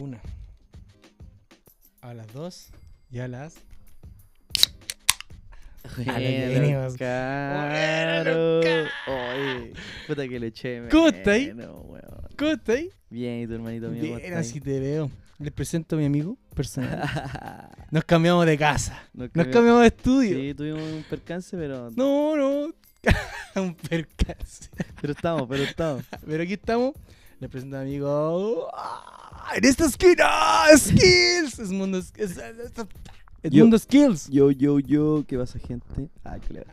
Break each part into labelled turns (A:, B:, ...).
A: una, a las dos y a las.
B: Bueno,
A: Alegrías.
B: caro. Oye, puta que le eché.
A: ¿Cómo estáis?
B: menos, weón.
A: ¿Cómo estáis?
B: Bien, y tu hermanito mío. ¿cómo
A: Bien,
B: estáis?
A: así te veo. Les presento a mi amigo personal. Nos cambiamos de casa. Nos
B: Nos cambiamos-
A: cambiamos de estudio.
B: Sí, tuvimos un percance, pero,
A: No, no. Un percance.
B: pero estamos, pero estamos.
A: Pero aquí estamos. Les presento a mi amigo. ¡Ah! En esta esquina. Skills. Es mundo, es, es- es- es
B: Yo-
A: mundo Skills.
B: Yo, yo, yo, ¿qué pasa, gente? Ah, qué le va.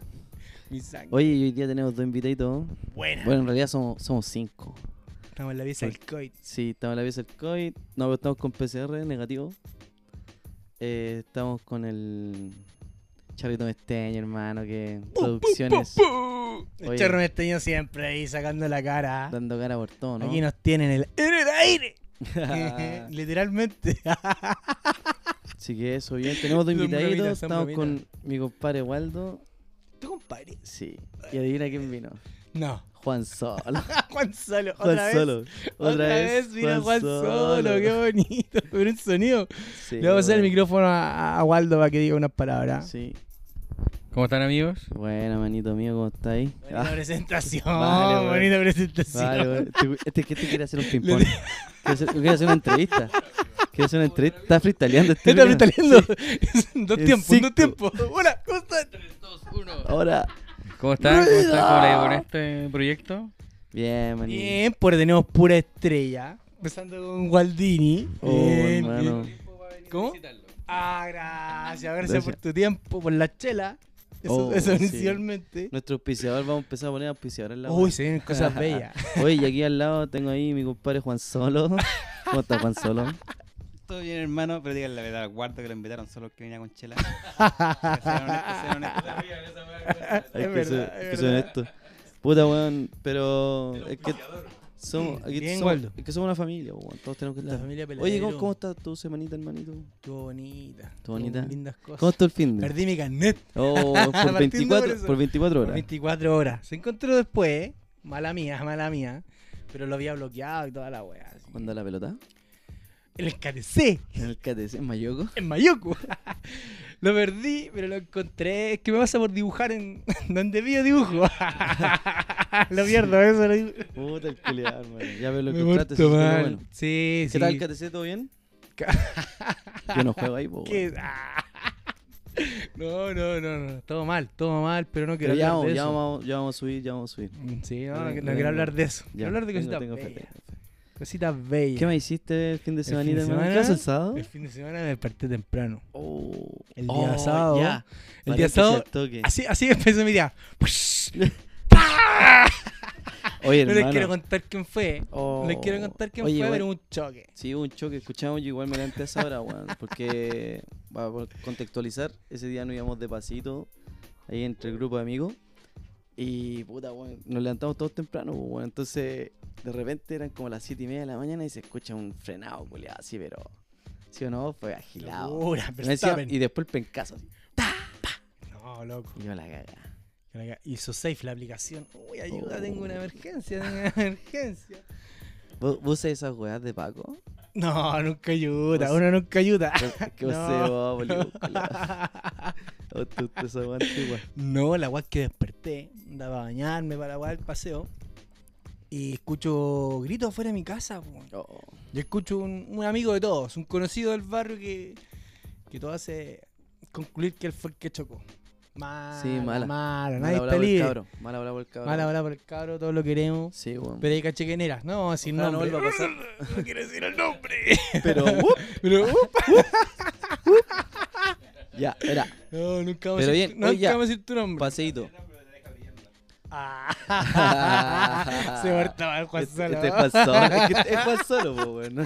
A: Mi sangre.
B: Oye, y hoy día tenemos dos invitados.
A: Buena.
B: Bueno, en realidad somos, somos cinco.
A: Estamos en la pieza del coit.
B: Sí, estamos en la pieza del COVID. No, pero estamos con PCR negativo. Eh, estamos con el Charrito Mesteño, hermano, que producciones
A: El
B: Oye.
A: charro mesteño siempre ahí sacando la cara.
B: dando cara por todo, ¿no?
A: Ah.
B: Ah.
A: Aquí nos tienen el, en el aire. Literalmente.
B: Así que eso, bien. Tenemos dos
A: Son bromitas,
B: invitaditos.
A: son
B: Estamos
A: bromitas.
B: con mi compadre Waldo.
A: ¿Tu compadre?
B: Sí. Y adivina quién vino.
A: No.
B: Juan Solo.
A: Ah, Juan Solo. Otra
B: Juan
A: vez.
B: Solo.
A: Otra, vez, mira Juan Solo, qué bonito. Pero un sonido.
B: Sí,
A: Le voy a pasar el
B: bueno.
A: micrófono a, a Waldo para que diga unas palabras.
B: Sí.
C: ¿Cómo están amigos?
B: Bueno, manito mío, ¿cómo está ahí?
A: Bonita presentación,
B: Ah. Vale, bueno.
A: bonita presentación.
B: Vale, bueno. Este- Este que este quiere hacer un ping-pong. Quiere hacer, quiere hacer una entrevista. Quiere hacer una entrevista. Está freestyleando este.
A: ¿Qué está
B: culiao.
A: freestyleando? dos
B: En
A: tiempos,
B: cinco.
A: dos tiempos. Hola, ¿cómo estás?
B: Ahora.
C: ¿Cómo están? ¿Cómo están? ¿Cómo les ha ido con este proyecto?
B: Bien, manito.
A: Bien, pues tenemos pura estrella. Empezando con Waldini.
B: Oh,
A: Bien,
B: hermano.
A: bien. ¿Cómo? Ah, gracias, gracias,
B: Gracias.
A: por tu tiempo, por la chela. Eso,
B: Oh,
A: eso
B: sí.
A: inicialmente.
B: Nuestro auspiciador, vamos a empezar a poner auspiciador en la
A: Uy, se vienen cosas bellas.
B: Oye, y aquí al lado tengo ahí mi compadre Juan Solo. ¿Cómo está Juan Solo?
D: Todo bien, hermano, pero digan la verdad, al guardo que lo invitaron solo que venía con chela.
B: Ah,
D: Sean honestos, sean honestos.
B: Hay
A: Es verdad,
B: que
A: es
B: ser- hay que
A: verdad.
B: ser honesto. Puta, weón, pero. Es que somos, aquí
A: Bien,
B: somos,
A: Waldo.
B: es que somos una familia, weón. Todos tenemos que
A: La
B: estar.
A: familia Peladero.
B: Oye, ¿cómo, ¿cómo está tu semanita, hermanito?
A: Estuvo bonita.
B: Estuvo bonita.
A: Lindas cosas.
B: ¿Cómo está el fin de?
A: Perdí mi carnet
B: Oh,
A: Partiendo por
B: por 24,
A: eso.
B: por 24
A: por
B: horas.
A: 24 horas. Se encontró después, ¿eh? mala mía, mala mía. Pero lo había bloqueado y toda la weá. así.
B: ¿Cuándo la pelota?
A: El encarecé
B: En el KTC, en Mayoco.
A: en Mayoco. lo perdí, pero lo encontré. Es que me pasa por dibujar en donde vio dibujo. lo pierdo, eso lo digo.
B: Puta, el culiado, hermano. Ya ves lo
A: Me
B: que
A: he
B: encontraste.
A: muerto
B: eso estuvo
A: mal.
B: bueno.
A: Sí,
B: ¿Qué
A: sí.
B: tal el KTC? ¿Todo bien? Yo no juego ahí, po, weón.
A: ¿Qué? Ah. No, no, no, no. Todo mal, todo mal, pero no quiero
B: Pero ya
A: hablar
B: vamos,
A: de
B: ya,
A: eso.
B: vamos, ya vamos a subir, ya vamos a subir.
A: Mm, Sí, no, no,
B: Tengo-
A: que- no
B: tengo-
A: quiero hablar de eso.
B: Ya,
A: Quiero hablar de
B: tengo-
A: cositas
B: tengo fe,
A: bellas.
B: tengo fe.
A: Cositas bellas.
B: ¿Qué me hiciste el fin de
A: El fin de
B: semana, hermano? ¿Qué
A: semana,
B: haces el sábado?
A: El fin de semana me desperté temprano.
B: Oh,
A: El día
B: oh,
A: sábado.
B: ya.
A: El
B: Para
A: día
B: que sea
A: sábado.
B: el toque.
A: Así, así empezó mi día.
B: Oye,
A: No
B: hermano.
A: les quiero contar quién fue. No les quiero
B: Oh.
A: contar quién
B: Oye,
A: fue,
B: igual-
A: pero hubo un choque.
B: Sí, hubo un choque. Escuchamos, yo igual me levanté a esa hora, weón. Porque, para contextualizar, ese día nos íbamos de pasito ahí entre el grupo de amigos. Y, puta, weón, nos levantamos todos temprano, pues, weón. Entonces, de repente eran como las 7 y media de la mañana y se escucha un frenado, culiado, así, pero. ¿Sí o no? Fue agilado.
A: Locura,
B: Me decía-
A: Verstappen.
B: y después el pencazo. así.
A: No, loco.
B: Y yo la cagada.
A: Hizo safe la aplicación. Uy, ayuda,
B: Oh.
A: tengo una emergencia, tengo una emergencia.
B: ¿Vos, vos sabés esas weas de Paco?
A: No, nunca ayuda,
B: Pues-
A: uno nunca ayuda.
B: ¿Qué
A: No.
B: vos sabés, vos, boludo, culiao? Oh, tú- tú esa wea antigua.
A: No, la guay que desperté, andaba a bañarme para la guay el paseo. Y escucho gritos afuera de mi casa, po.
B: Oh.
A: Yo escucho un, un amigo de todos, un conocido del barrio que, que todo hace concluir que él fue el que chocó. Malo,
B: Sí,
A: malo,
B: mala. Mal
A: nadie
B: hablado
A: está
B: por el
A: libre.
B: cabro. Mal hablado por el cabro.
A: Mala hora por el cabro, todos lo queremos.
B: Sí, weón.
A: Pero ahí caché quién era. No, sin
B: Ojalá no
A: nombre.
B: vuelva a pasar.
A: No quiero decir el nombre.
B: Pero,
A: Pero, uh,
B: ya, era,
A: no, nunca vamos
B: Pero
A: a decir,
B: bien,
A: no,
B: oye,
A: nunca
B: ya.
A: vamos a decir tu nombre.
B: paseíto.
A: Ah, Se muertaba el Juan
B: Este,
A: Solo.
B: este es Juan Solo. Es, que es Juan Solo, po, weón. No,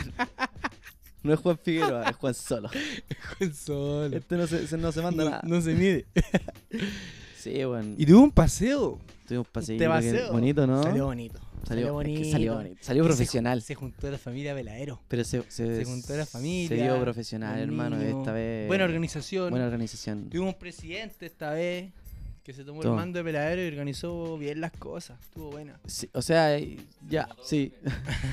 B: no es Juan Figueroa, es Juan Solo.
A: Juan Solo.
B: Este no se, se- no se manda
A: No-
B: nada.
A: No se mide.
B: Sí, weón.
A: Y tuvo un paseo.
B: Tuvimos paseíto.
A: Este
B: que
A: paseo.
B: Bonito, ¿no?
A: Salió bonito.
B: Salió- es que
A: bonito.
B: salió bonito. Salió
A: Que se
B: profesional.
A: jun- Se, juntó la familia Veladero.
B: Pero se,
A: Se juntó la
B: Se
A: familia,
B: dio profesional,
A: los
B: hermano.
A: niños.
B: Esta vez.
A: Buena organización.
B: Buena organización.
A: Tuvimos un presidente esta vez. Que se tomó
B: Toma.
A: el mando de peladero y organizó bien las cosas. Estuvo buena.
B: Sí, o sea, eh, ya, sí.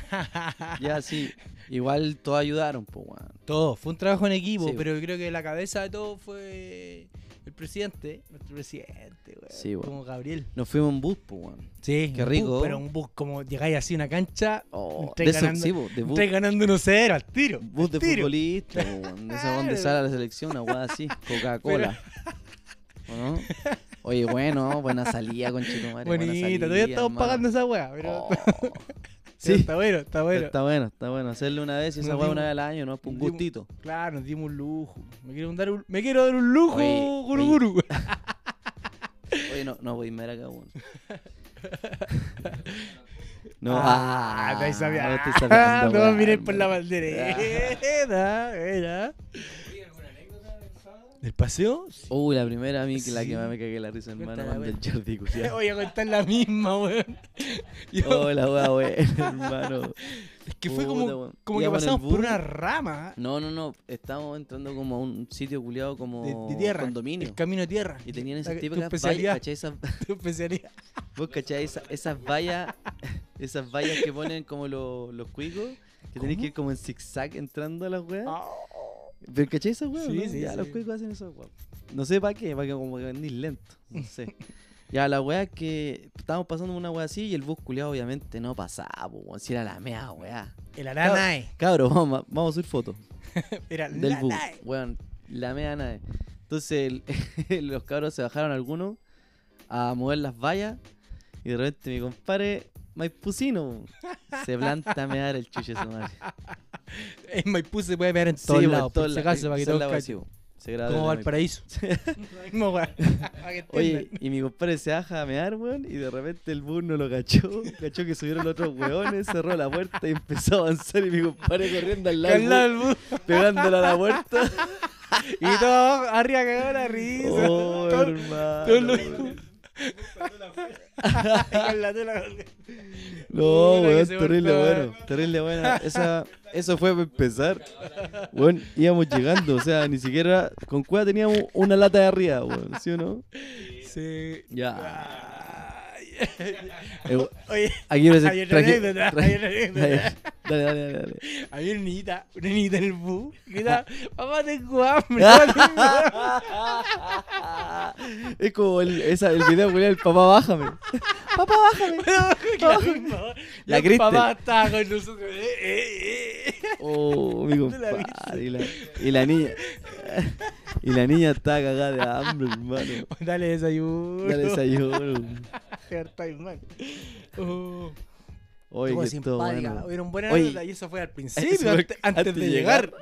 B: ya, sí. Igual todos ayudaron, pues, weón.
A: Todo, fue un trabajo en equipo,
B: Sí.
A: pero yo creo que la cabeza de todo fue el presidente, nuestro presidente, weón.
B: Sí, weón.
A: Como Gabriel.
B: Nos fuimos en bus, pues, weón.
A: Sí,
B: Qué
A: un
B: rico.
A: bus, pero un bus, como llegáis así a una cancha,
B: Oh,
A: Estáis
B: de eso,
A: ganando-
B: sí, po, de bus.
A: estáis ganando 1-0 al tiro.
B: Bus de
A: al tiro.
B: futbolista, po, weón. De esa donde sale la selección, una weá así, Coca-Cola. ¿O no? Oye, bueno, buena salida con Chico
A: Bonita, todavía estamos pagando esa weá, pero, pero
B: Oh, Sí,
A: está bueno, está bueno.
B: está bueno, está bueno. Hacerle una vez y esa
A: Nos
B: weá
A: dimos-
B: una vez al año, ¿no? Pues Un
A: nos dimos-
B: gustito.
A: Claro, nos dimos un lujo. Me quiero dar un, me quiero dar un lujo,
B: Oye,
A: guru
B: oye.
A: guru.
B: Oye, no, no voy a ir acá, weón. No,
A: Ah,
B: ah,
A: estáis
B: no
A: sabiando.
B: estoy sabiando,
A: No
B: weón,
A: miren por la
B: weón.
A: banderera. Era. ¿Del paseo?
B: Uy, la primera a mí que la que
A: Sí.
B: más me cagué la risa, hermano,
A: Cuéntala,
B: cuando el
A: weón.
B: Jordi
A: Te
B: culiao.
A: voy a contar la misma, weón. Yo-
B: Oh, la weá buena, hermano.
A: es que fue
B: puta,
A: como,
B: weón.
A: como que
B: Íbamos en el
A: pasamos por
B: bus.
A: una rama
B: No, no, no. Estábamos entrando como a un sitio culiado como
A: de, de tierra.
B: condominio.
A: El camino de tierra.
B: Y tenían
A: La-
B: ese tipo
A: tu
B: de
A: especialidad.
B: vallas, ¿cachai? Esas,
A: Tu especialidad.
B: vos cachai Esa- esas vallas, esas vallas que ponen como los, los cuicos, que tenés
A: ¿Cómo?
B: que ir como en zigzag entrando a las weas.
A: Oh.
B: Pero cachai esas weas,
A: Sí,
B: ¿no?
A: sí,
B: ya los
A: sí.
B: cuicos hacen esas weas. No sé para qué, para que como que vendís lento, no sé. Ya la wea que estábamos pasando una wea así y el bus culiado obviamente no pasaba, po, weón, si era la mea wea.
A: El Aranae.
B: Cabros, vamos, a- vamos a subir fotos.
A: Era
B: del
A: la
B: bus.
A: nave.
B: Weón, la mea nave. Entonces el- los cabros se bajaron algunos a mover las vallas y de repente mi compadre Maipusino se planta a mear el chuche de su madre.
A: En Maipú se puede ver en
B: Sí,
A: todos
B: weón,
A: lados, por
B: todos
A: si
B: la-
A: acaso, para que
B: esa
A: todos
B: es la weá, sí,
A: cachen.
B: weón. Se graba
A: Como
B: desde Maipú.
A: Valparaíso. La misma weá. Para que
B: Oye,
A: entiendan.
B: y mi compadre se baja a mear, weón, y de repente el bus no lo cachó, cachó que subieron los otros weones, cerró la puerta y empezó a avanzar y mi compadre corriendo al lado,
A: Al lado
B: del
A: del bus.
B: bus, pegándole a la puerta.
A: Y todo arriba cagado la risa.
B: Ah. Oh,
A: Todo-
B: hermano.
A: todo lo-
B: weón.
A: con la tela.
B: No,
A: Puta, que
B: weón,
A: se
B: terrible
A: cortó,
B: bueno, terrible bueno. Esa, eso fue para empezar. Weón, íbamos llegando, o sea, ni siquiera con cueva teníamos una lata de arriba, weón, ¿sí o no?
A: Sí.
B: Ya.
A: Ay.
B: Eh, we-
A: Oye,
B: aquí quiero
A: Hay
B: decir.
A: otra anécdota, hay otra anécdota.
B: Dale, dale, dale.
A: había una niñita, una niñita en el bus, que gritaba, papá tengo hambre, papá
B: Ah.
A: tengo hambre.
B: dale. es como el, esa, el video, weón, el papá bájame. Papá bájame.
A: Que la misma-
B: La
A: el
B: Kristen.
A: Papá estaba con nosotros. eh, eh, eh.
B: Oh, mi compadre. Y la, y la niña. Y la niña está cagada de hambre, hermano.
A: Pues Dale desayuno.
B: Dale desayuno.
A: Ya estáis mal. Oh.
B: Oye,
A: Estuvo
B: que estuvo
A: simpática,
B: bueno.
A: Hubieron buena
B: Oye,
A: anécdota y eso fue al principio,
B: fue
A: ante- antes, de llegar.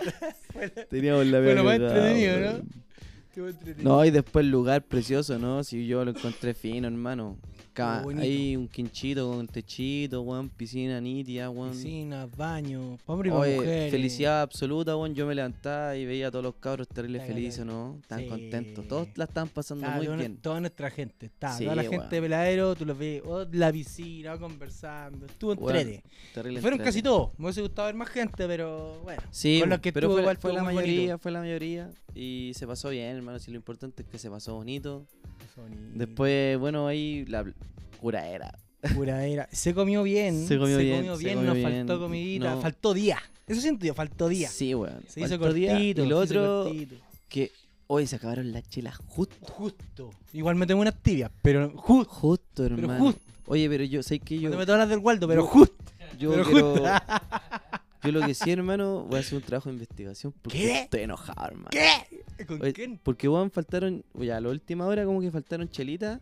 B: Teníamos la
A: Fue lo más
B: verga,
A: entretenido,
B: weón.
A: ¿no? Estuvo entretenido.
B: No, y después el lugar precioso, ¿no? Si yo lo encontré fino, hermano. Ca-
A: Bonito.
B: Hay un quinchito con techito, weón, piscina nítida, weón.
A: Piscinas, baño, pa' hombre y pa'
B: Oye,
A: mujeres.
B: felicidad absoluta, weón. Yo me levantaba y veía a todos los cabros terribles
A: Está
B: felices, ¿no? Tan
A: Sí.
B: contentos. Todos la estaban pasando
A: Está,
B: muy
A: toda,
B: bien.
A: Ah, toda nuestra gente, está,
B: Sí,
A: toda la
B: weón.
A: gente de Veladero, tú los ves, o la piscina, o conversando, estuvo
B: Weón,
A: entrete.
B: terrible
A: Fueron
B: entrete.
A: casi todos, me hubiese gustado ver más gente, pero bueno.
B: Sí,
A: con los que
B: pero
A: estuvo
B: fue,
A: igual
B: fue la
A: estuvo muy
B: mayoría,
A: bonito.
B: fue la mayoría. Y se pasó bien, hermano. Si lo importante es que se pasó bonito.
A: Bonito.
B: Después, bueno, ahí la cura era.
A: Curadera. Se comió bien,
B: Se comió bien, se comió
A: nos
B: bien.
A: faltó comidita,
B: No.
A: faltó día. Eso siento yo, faltó día.
B: Sí, weón.
A: se hizo
B: Faltó día,
A: cortito,
B: Y
A: se
B: lo
A: hizo
B: otro,
A: cortito.
B: que hoy se acabaron las chelas justo.
A: Justo. Igual me tengo unas tibias, pero justo.
B: Justo, hermano.
A: justo.
B: Oye, pero yo sé que yo.
A: No me todas las del Waldo, pero
B: yo-
A: justo.
B: Yo
A: pero
B: quiero-
A: justo.
B: Yo lo que sí, hermano, voy a hacer un trabajo de investigación porque
A: ¿Qué?
B: estoy enojado, hermano.
A: ¿Qué? ¿Con
B: Oye,
A: quién?
B: Porque, weón, faltaron. Oye, a la última hora como que faltaron chelitas.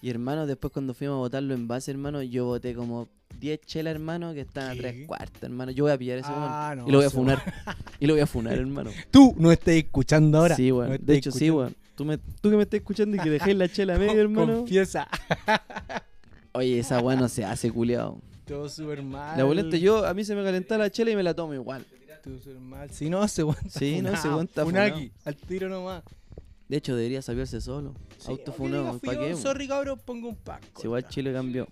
B: Y, hermano, después cuando fuimos a votar los envases, hermano, yo voté como 10 chelas, hermano, que están a
A: ¿Qué?
B: tres cuartos, hermano. Yo voy a pillar a ese weón.
A: Ah, no,
B: y lo voy a
A: ese weón.
B: funar. y lo voy a funar, hermano.
A: Tú no estás escuchando ahora.
B: Sí, weón.
A: No
B: de
A: estás
B: hecho, sí, weón. Tú, me, tú que me estás escuchando y que dejé la chela a medio,
A: escuchando.
B: hermano.
A: Confiesa.
B: Oye, esa weá no se hace, culiao.
A: Todo súper mal.
B: La boleta, yo, a mí se me calentaba la chela y me la tomo igual.
A: Todo súper mal. Si no, se aguanta.
B: Sí, no, se aguanta
A: Funaki, al tiro nomás.
B: De hecho, debería saberse solo. Autofunado, ¿para qué?
A: paquete.
B: weón?
A: Sorry, cabrón, pongo un pack.
B: Si igual Chile cambió.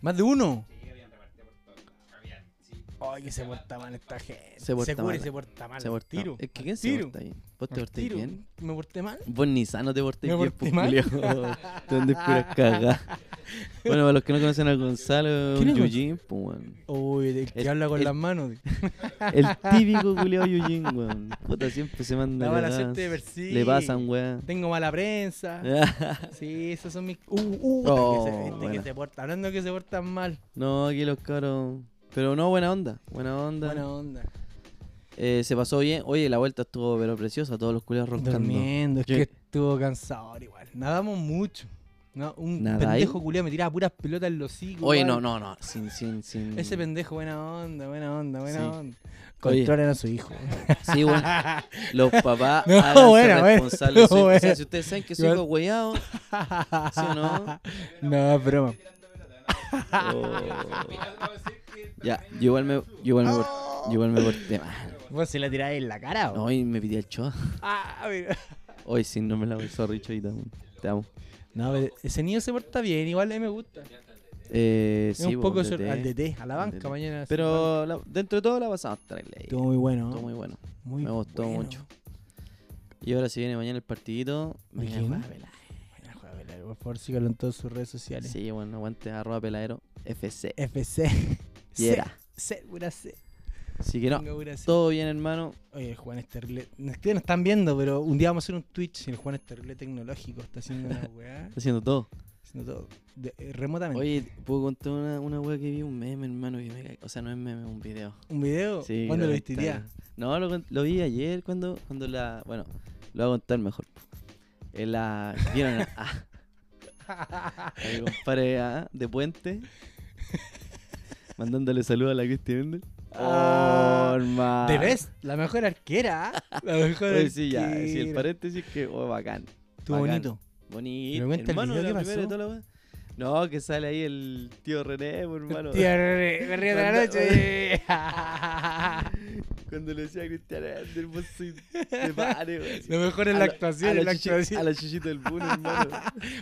A: ¿Más de uno? Oye, que se porta mal esta gente.
B: Se porta
A: cura y
B: mal.
A: se porta mal.
B: Se porta-
A: Tiro.
B: Es que ¿quién se
A: Tiro.
B: porta bien? ¿Vos te
C: Al
B: portáis
A: Tiro.
B: bien?
A: ¿Me porté mal?
B: Vos ni sano te portáis
A: ¿Me
B: bien,
A: porté
B: pues,
A: mal?
B: culiao. Te andas puras cagadas. Bueno, para los que no conocen a Gonzalo,
A: ¿Quién es Gonzalo?
B: Yujin, pues, weón.
A: Uy, el que
B: Es-
A: habla con
B: el-
A: las manos.
B: El típico culiao Yujin, weón. Puta, siempre se manda
A: La mala
B: cagadas.
A: suerte de Percy.
B: Le pasan, weón.
A: Tengo mala prensa. Sí, esos son mis. Uh, uh,
B: Oh,
A: que se, gente
B: buena.
A: que se porta. Hablando que se portan mal.
B: No, aquí los caros. Pero no, buena onda. Buena onda.
A: Buena onda.
B: Eh, se pasó bien. Oye, la vuelta estuvo pero preciosa. Todos los culiados roncando.
A: Durmiendo, es
B: Yo-
A: que estuvo cansador igual. Nadamos mucho. No, un
B: ¿Nadáis?
A: pendejo culiao me tiraba puras pelotas en los hocico.
B: Oye,
A: igual.
B: no, no, no. Sin, sin, sin.
A: Ese pendejo, buena onda, buena onda, buena
B: Sí.
A: onda.
B: Oye.
A: Controlen a su hijo.
B: Sí, weón. Los papás
A: No,
B: háganse
A: buena, buena,
B: responsables. sí. O sea,
A: buena.
B: si ustedes saben que su
A: Igual-
B: hijo es hueado, ¿sí o no?
A: No, es broma.
B: Ya, yo igual me, yo igual me, por- yo igual me porté mal.
A: Vos se la tiráis en la cara, ¿o?
B: Hoy me pidí el choa.
A: Ah, mira.
B: Hoy sí, no me la voy. Sorry, choita. weón. Te amo.
A: No, pero ese niño se porta bien, igual a mí me gusta.
B: Eh,
A: Es un
B: sí, po,
A: poco
B: DT.
A: sor- al DT, a la
B: Al
A: banca
B: DT.
A: mañana.
B: Pero la- dentro de todo la pasamos tranquila.
A: estuvo muy bueno. ¿no?
B: Estuvo muy bueno.
A: Muy
B: me gustó
A: bueno.
B: mucho. Y ahora si viene mañana el partidito,
A: ¿De
B: mañana
A: quién?
B: juega Peladero.
A: Bueno, juega Velero, Por favor, síganlo en todas sus redes sociales.
B: Sí, bueno, aguante arroba peladero FC.
A: FC.
B: Y era.
A: C, pura C.
B: Así que no,
A: Venga, pura C.
B: todo bien hermano.
A: Oye, el Juan este es terrible. No, Ustedes no están viendo, pero un día vamos a hacer un Twitch. El Juan es terrible tecnológico. Está haciendo una weá.
B: Está haciendo todo.
A: haciendo todo de- eh, remotamente.
B: Oye, ¿puedo contar una, una wea que vi? Un meme, hermano, que me ca- O sea, no es meme, es un video.
A: ¿Un video?
B: Sí,
A: Oh, ¿Cuándo lo
B: quiero
A: viste día?
B: contar. No, lo, con- lo vi ayer cuando, cuando la. Bueno, lo voy a contar mejor. En la. ¿Vieron? Ah, el compadre ah, de Puente. Mandándole saludos a la Cristi Mendel.
A: Ah,
B: oh, hermano.
A: ¿Te ves? La mejor arquera. ¿ah? La mejor
B: Oye, sí, ya.
A: arquera.
B: Sí, el paréntesis que. Oh, bacán.
A: Estuvo
B: bacán.
A: bonito.
B: Bonito.
A: Pero cuenta el
B: hermano,
A: video,
B: la
A: ¿qué
B: primera de
A: pasó?
B: toda la wea. No, que sale ahí el tío René, pues, hermano.
A: Tía, re- me río de la
B: Manda-
A: noche.
B: Cuando le decía a Cristian Ander, vos soy de pare, güey.
A: Lo mejor
B: A
A: es
B: lo-
A: la actuación,
B: a
A: es
B: la
A: la
B: chichi- A
A: actuación.
B: la chichita del Buno, hermano.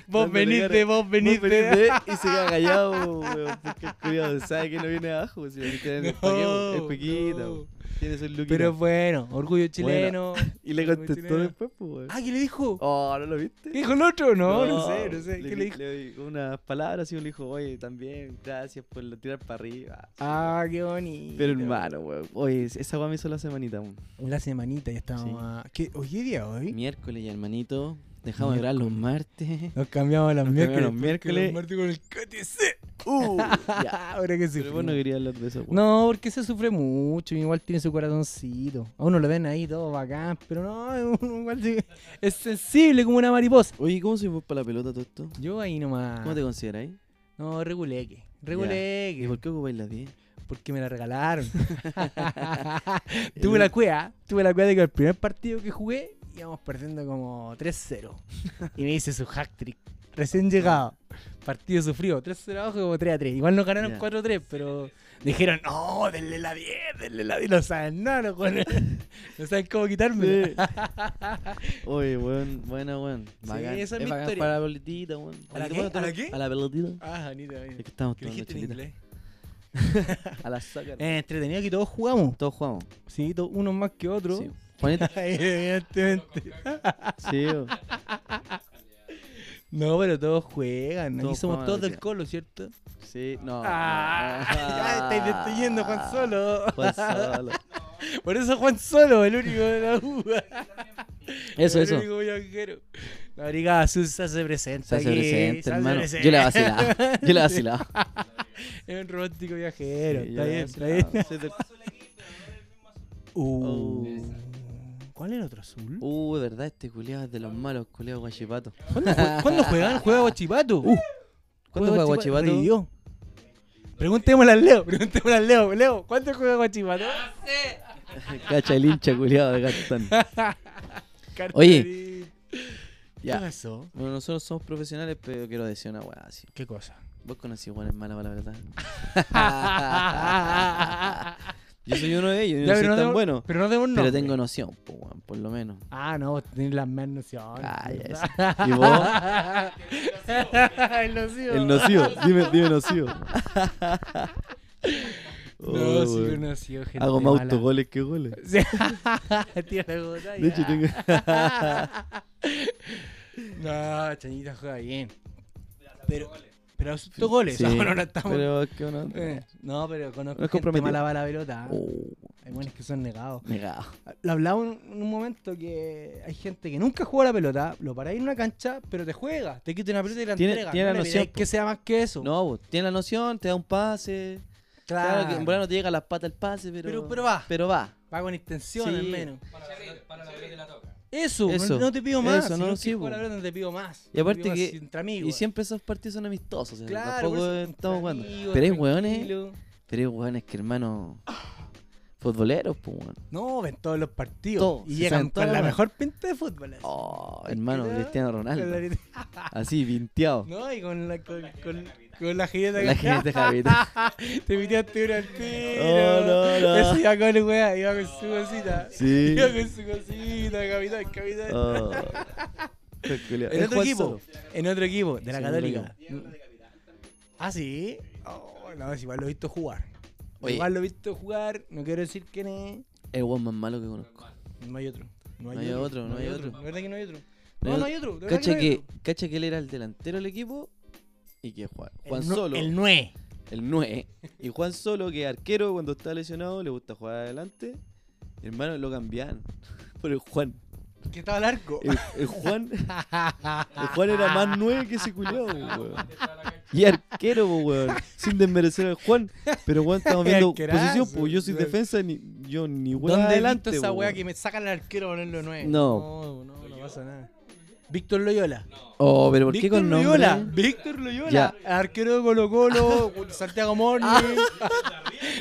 A: Vos
B: dándole
A: venís
B: cara.
A: de, vos venís
B: Vos
A: de.
B: venís de- Y se queda callado, weón. Porque el cuidado sabe que no viene abajo. pues, Si Cristian Ander es
A: No,
B: paquemo, es cuiquita,
A: no.
B: weón. Tiene su luquita.
A: Pero bueno, orgullo chileno.
B: Y le
A: orgullo
B: contestó
A: chileno.
B: después, pues, weón.
A: Ah, ¿qué le dijo?
B: Oh, ¿no lo viste?
A: ¿Qué dijo el otro? No, no, sé, no sé. ¿Qué le dijo?
B: Le dijo unas palabras y le dijo, oye, también, gracias por lo tirar para arriba.
A: Ah, qué bonito.
B: Pero hermano, weón. Oye, esa weá me hizo la semanita, weón.
A: La semanita ya estábamos.
B: Sí.
A: a- ¿Qué? ¿Hoy qué día hoy?
B: Miércoles, ya, hermanito. Dejamos de hablar los martes.
A: Nos cambiamos las
B: Nos
A: miércoles.
B: cambiamos los
A: porque
B: miércoles.
A: Los martes con el KTC.
B: Uh, ya.
A: Ahora que se
B: Pero vos no querías hablar de eso, pues. weón.
A: pues, No, porque se sufre mucho, igual tiene su corazoncito. A uno lo ven ahí todo bacán, pero no, uno igual se- es sensible como una mariposa.
B: Oye, ¿cómo soy vos para la pelota todo esto?
A: Yo ahí nomás.
B: ¿Cómo te consideráis?
A: No, reguleque.
B: ¿Y
A: Reguleque.
B: por qué ocupáis las 10?
A: Porque me la regalaron. tuve la cueva, tuve la cueva de que el primer partido que jugué íbamos perdiendo como 3-0. Y me hice su hack trick. Recién llegado. Partido sufrido. 3-0 abajo como 3-3. Igual nos ganaron
B: Ya.
A: 4-3, pero dijeron, no, denle la 10, denle la 10. No saben nada, los güeyes. No saben cómo quitarme.
B: Sí. Oye, weón, buena, weón. Bacán.
A: esa es mi
B: bacán
A: historia.
B: Para la pelotita, weón.
A: ¿A la
B: Oye,
A: qué?
B: bueno,
A: ¿A la
B: todo-
A: qué?
B: A la pelotita.
A: Ah, bonito.
B: Es que estamos
A: ¿Qué
B: tomando
A: dijiste en
B: chelita.
A: inglés?
B: A la soccer.
A: Eh, entretenido que todos jugamos.
B: Todos jugamos.
A: Sí, to- unos más que otros.
B: Sí. Juanita.
A: Evidentemente.
B: sí, weón.
A: No, pero todos juegan. Aquí
B: Todos
A: somos
B: juegan,
A: todos del
B: ya.
A: Colo, ¿cierto?
B: Sí, no.
A: Ah, ya estáis destruyendo a Juan Solo.
B: Juan Solo.
A: Por eso Juan Solo, el único de la U.
B: Eso,
A: el
B: eso.
A: único viajero. La brigada Susa se presenta.
B: Se hace
A: aquí,
B: presente,
A: se hace
B: hermano.
A: presente.
B: Yo la vacilaba. Yo la vacilaba.
A: Es un romántico viajero.
B: Sí,
A: está
B: yo la
A: bien, está
B: vacilaba.
A: bien.
B: Soy del-
A: Uh.
B: Oh.
A: ¿Cuál era el otro azul?
B: Uh, de verdad, este culiado es de los malos, culiado guachipato.
A: ¿Cuándo, jue- cuándo juegan? ¿Juega Guachipato? Uh,
B: ¿Cuándo juega Guachipato?
A: revivió. Preguntémosle al Leo, preguntémosle al Leo. Leo, ¿cuándo juega Guachipato?
B: Cacha el hincha culiado de Gastón.
A: Carterita. ¿Qué
B: Ya.
A: pasó?
B: Bueno, nosotros somos profesionales, pero quiero decir una weá así.
A: ¿Qué cosa?
B: Vos conocís weones malos, para la verdad. Yo soy uno de ellos, yo no soy tan
A: tengo-
B: bueno.
A: Pero no tengo un
B: Pero
A: nombre.
B: tengo noción, po, weón, por lo menos.
A: Ah, no, vos tenés las más nociones.
B: Ah, ya,
A: ¿verdad?
B: ¿Y
A: El
B: vos?
A: nocivo.
B: El nocivo, dime, dime nocivo.
A: No, Oh, sí
B: Oh, weón.
A: conoció gente.
B: Hago más
A: mala.
B: autogoles que goles.
A: Sí. Tira la gota y
B: De hecho,
A: ya.
B: tengo...
A: No, Chanita juega bien. Pero, pero asustó goles.
B: Sí,
A: Ahora no estamos.
B: Pero es que uno...
A: Eh, no, pero conozco
B: No
A: gente
B: es comprometido.
A: mala para la pelota. ¿eh?
B: Oh,
A: Hay buenos que son negados.
B: negado.
A: Lo hablaba en en un momento que hay gente que nunca juega la pelota, lo paráis en una cancha, pero te juega, te quita una pelota y la
B: Tiene-
A: entrega.
B: tiene
A: no
B: la
A: le
B: noción,
A: pidáis que sea más que eso.
B: No, vos, tiene la noción, te da un pase. Claro, que en verdad no te llega a las patas el pase, pero...
A: pero, pero va,
B: pero va.
A: va con intención
B: Sí.
A: al menos. Eso,
B: Eso,
A: no, no te pido más.
B: eso,
A: si
B: no,
A: no,
B: sí,
A: quieres jugar
B: po.
A: la pelota, no te pido más.
B: Y aparte
A: Te pido más
B: que-
A: entre amigos.
B: Y siempre esos partidos son amistosos. o sea,
A: Claro,
B: tampoco
A: por eso,
B: estamos jugando.
A: amigos,
B: Pero hay hueones,
A: tranquilo.
B: pero hay hueones que hermano... Futboleros, pues, weón.
A: No, ven todos los partidos.
B: Todo,
A: y
B: se
A: llegan
B: saben
A: con
B: todo,
A: la
B: weón.
A: mejor pinta de fútbol. así.
B: Oh,
A: Es que
B: hermano,
A: era-
B: Cristiano
A: Con
B: Ronaldo.
A: la-
B: Así, vinteado.
A: No, y con la, con, con, con la jineta
B: La
A: que-
B: gente Javita.
A: Te invitaste una al tiro.
B: Oh, no, no.
A: Eso iba con el weá, iba con su cosita.
B: Sí.
A: Iba con su cosita, capitán, capitán.
B: Oh.
A: En otro equipo, en otro equipo, de la
B: Sí,
A: Católica. Mm. Ah, sí. Oh, no, es igual lo he visto jugar.
B: Oye.
A: Igual lo he visto jugar, no quiero decir quién es.
B: El weón más malo que conozco.
A: No hay otro.
B: No hay otro, no hay otro.
A: La verdad que no hay otro.
B: No
A: No,
B: hay
A: no hay otro. de verdad
B: Cacha
A: no hay
B: que,
A: otro.
B: cacha que él era el delantero del equipo y que Juan, Juan
A: El nu-
B: Solo,
A: El 9.
B: el 9. Y Juan Solo, que es arquero cuando está lesionado, le gusta jugar adelante. Hermano, lo cambiaban por el Juan.
A: Que estaba largo.
B: El, el Juan. El Juan era más 9 que ese culiao, weón. Y arquero, po, weón. Sin desmerecer al Juan. Pero weón, estamos viendo
A: Arquerazo,
B: posición, pues yo soy
A: weón.
B: defensa, ni, yo ni weón.
A: ¿Dónde he
B: adelante,
A: visto esa
B: po,
A: weá
B: weón.
A: que me sacan al arquero a ponerlo 9? No,
B: No.
A: no, no pasa nada. Víctor Loyola.
B: Oh, pero ¿por qué
A: Víctor
B: con nombre?
A: Loyola. Víctor Loyola.
B: Ya.
A: Arquero de Colo Colo, Santiago Morni.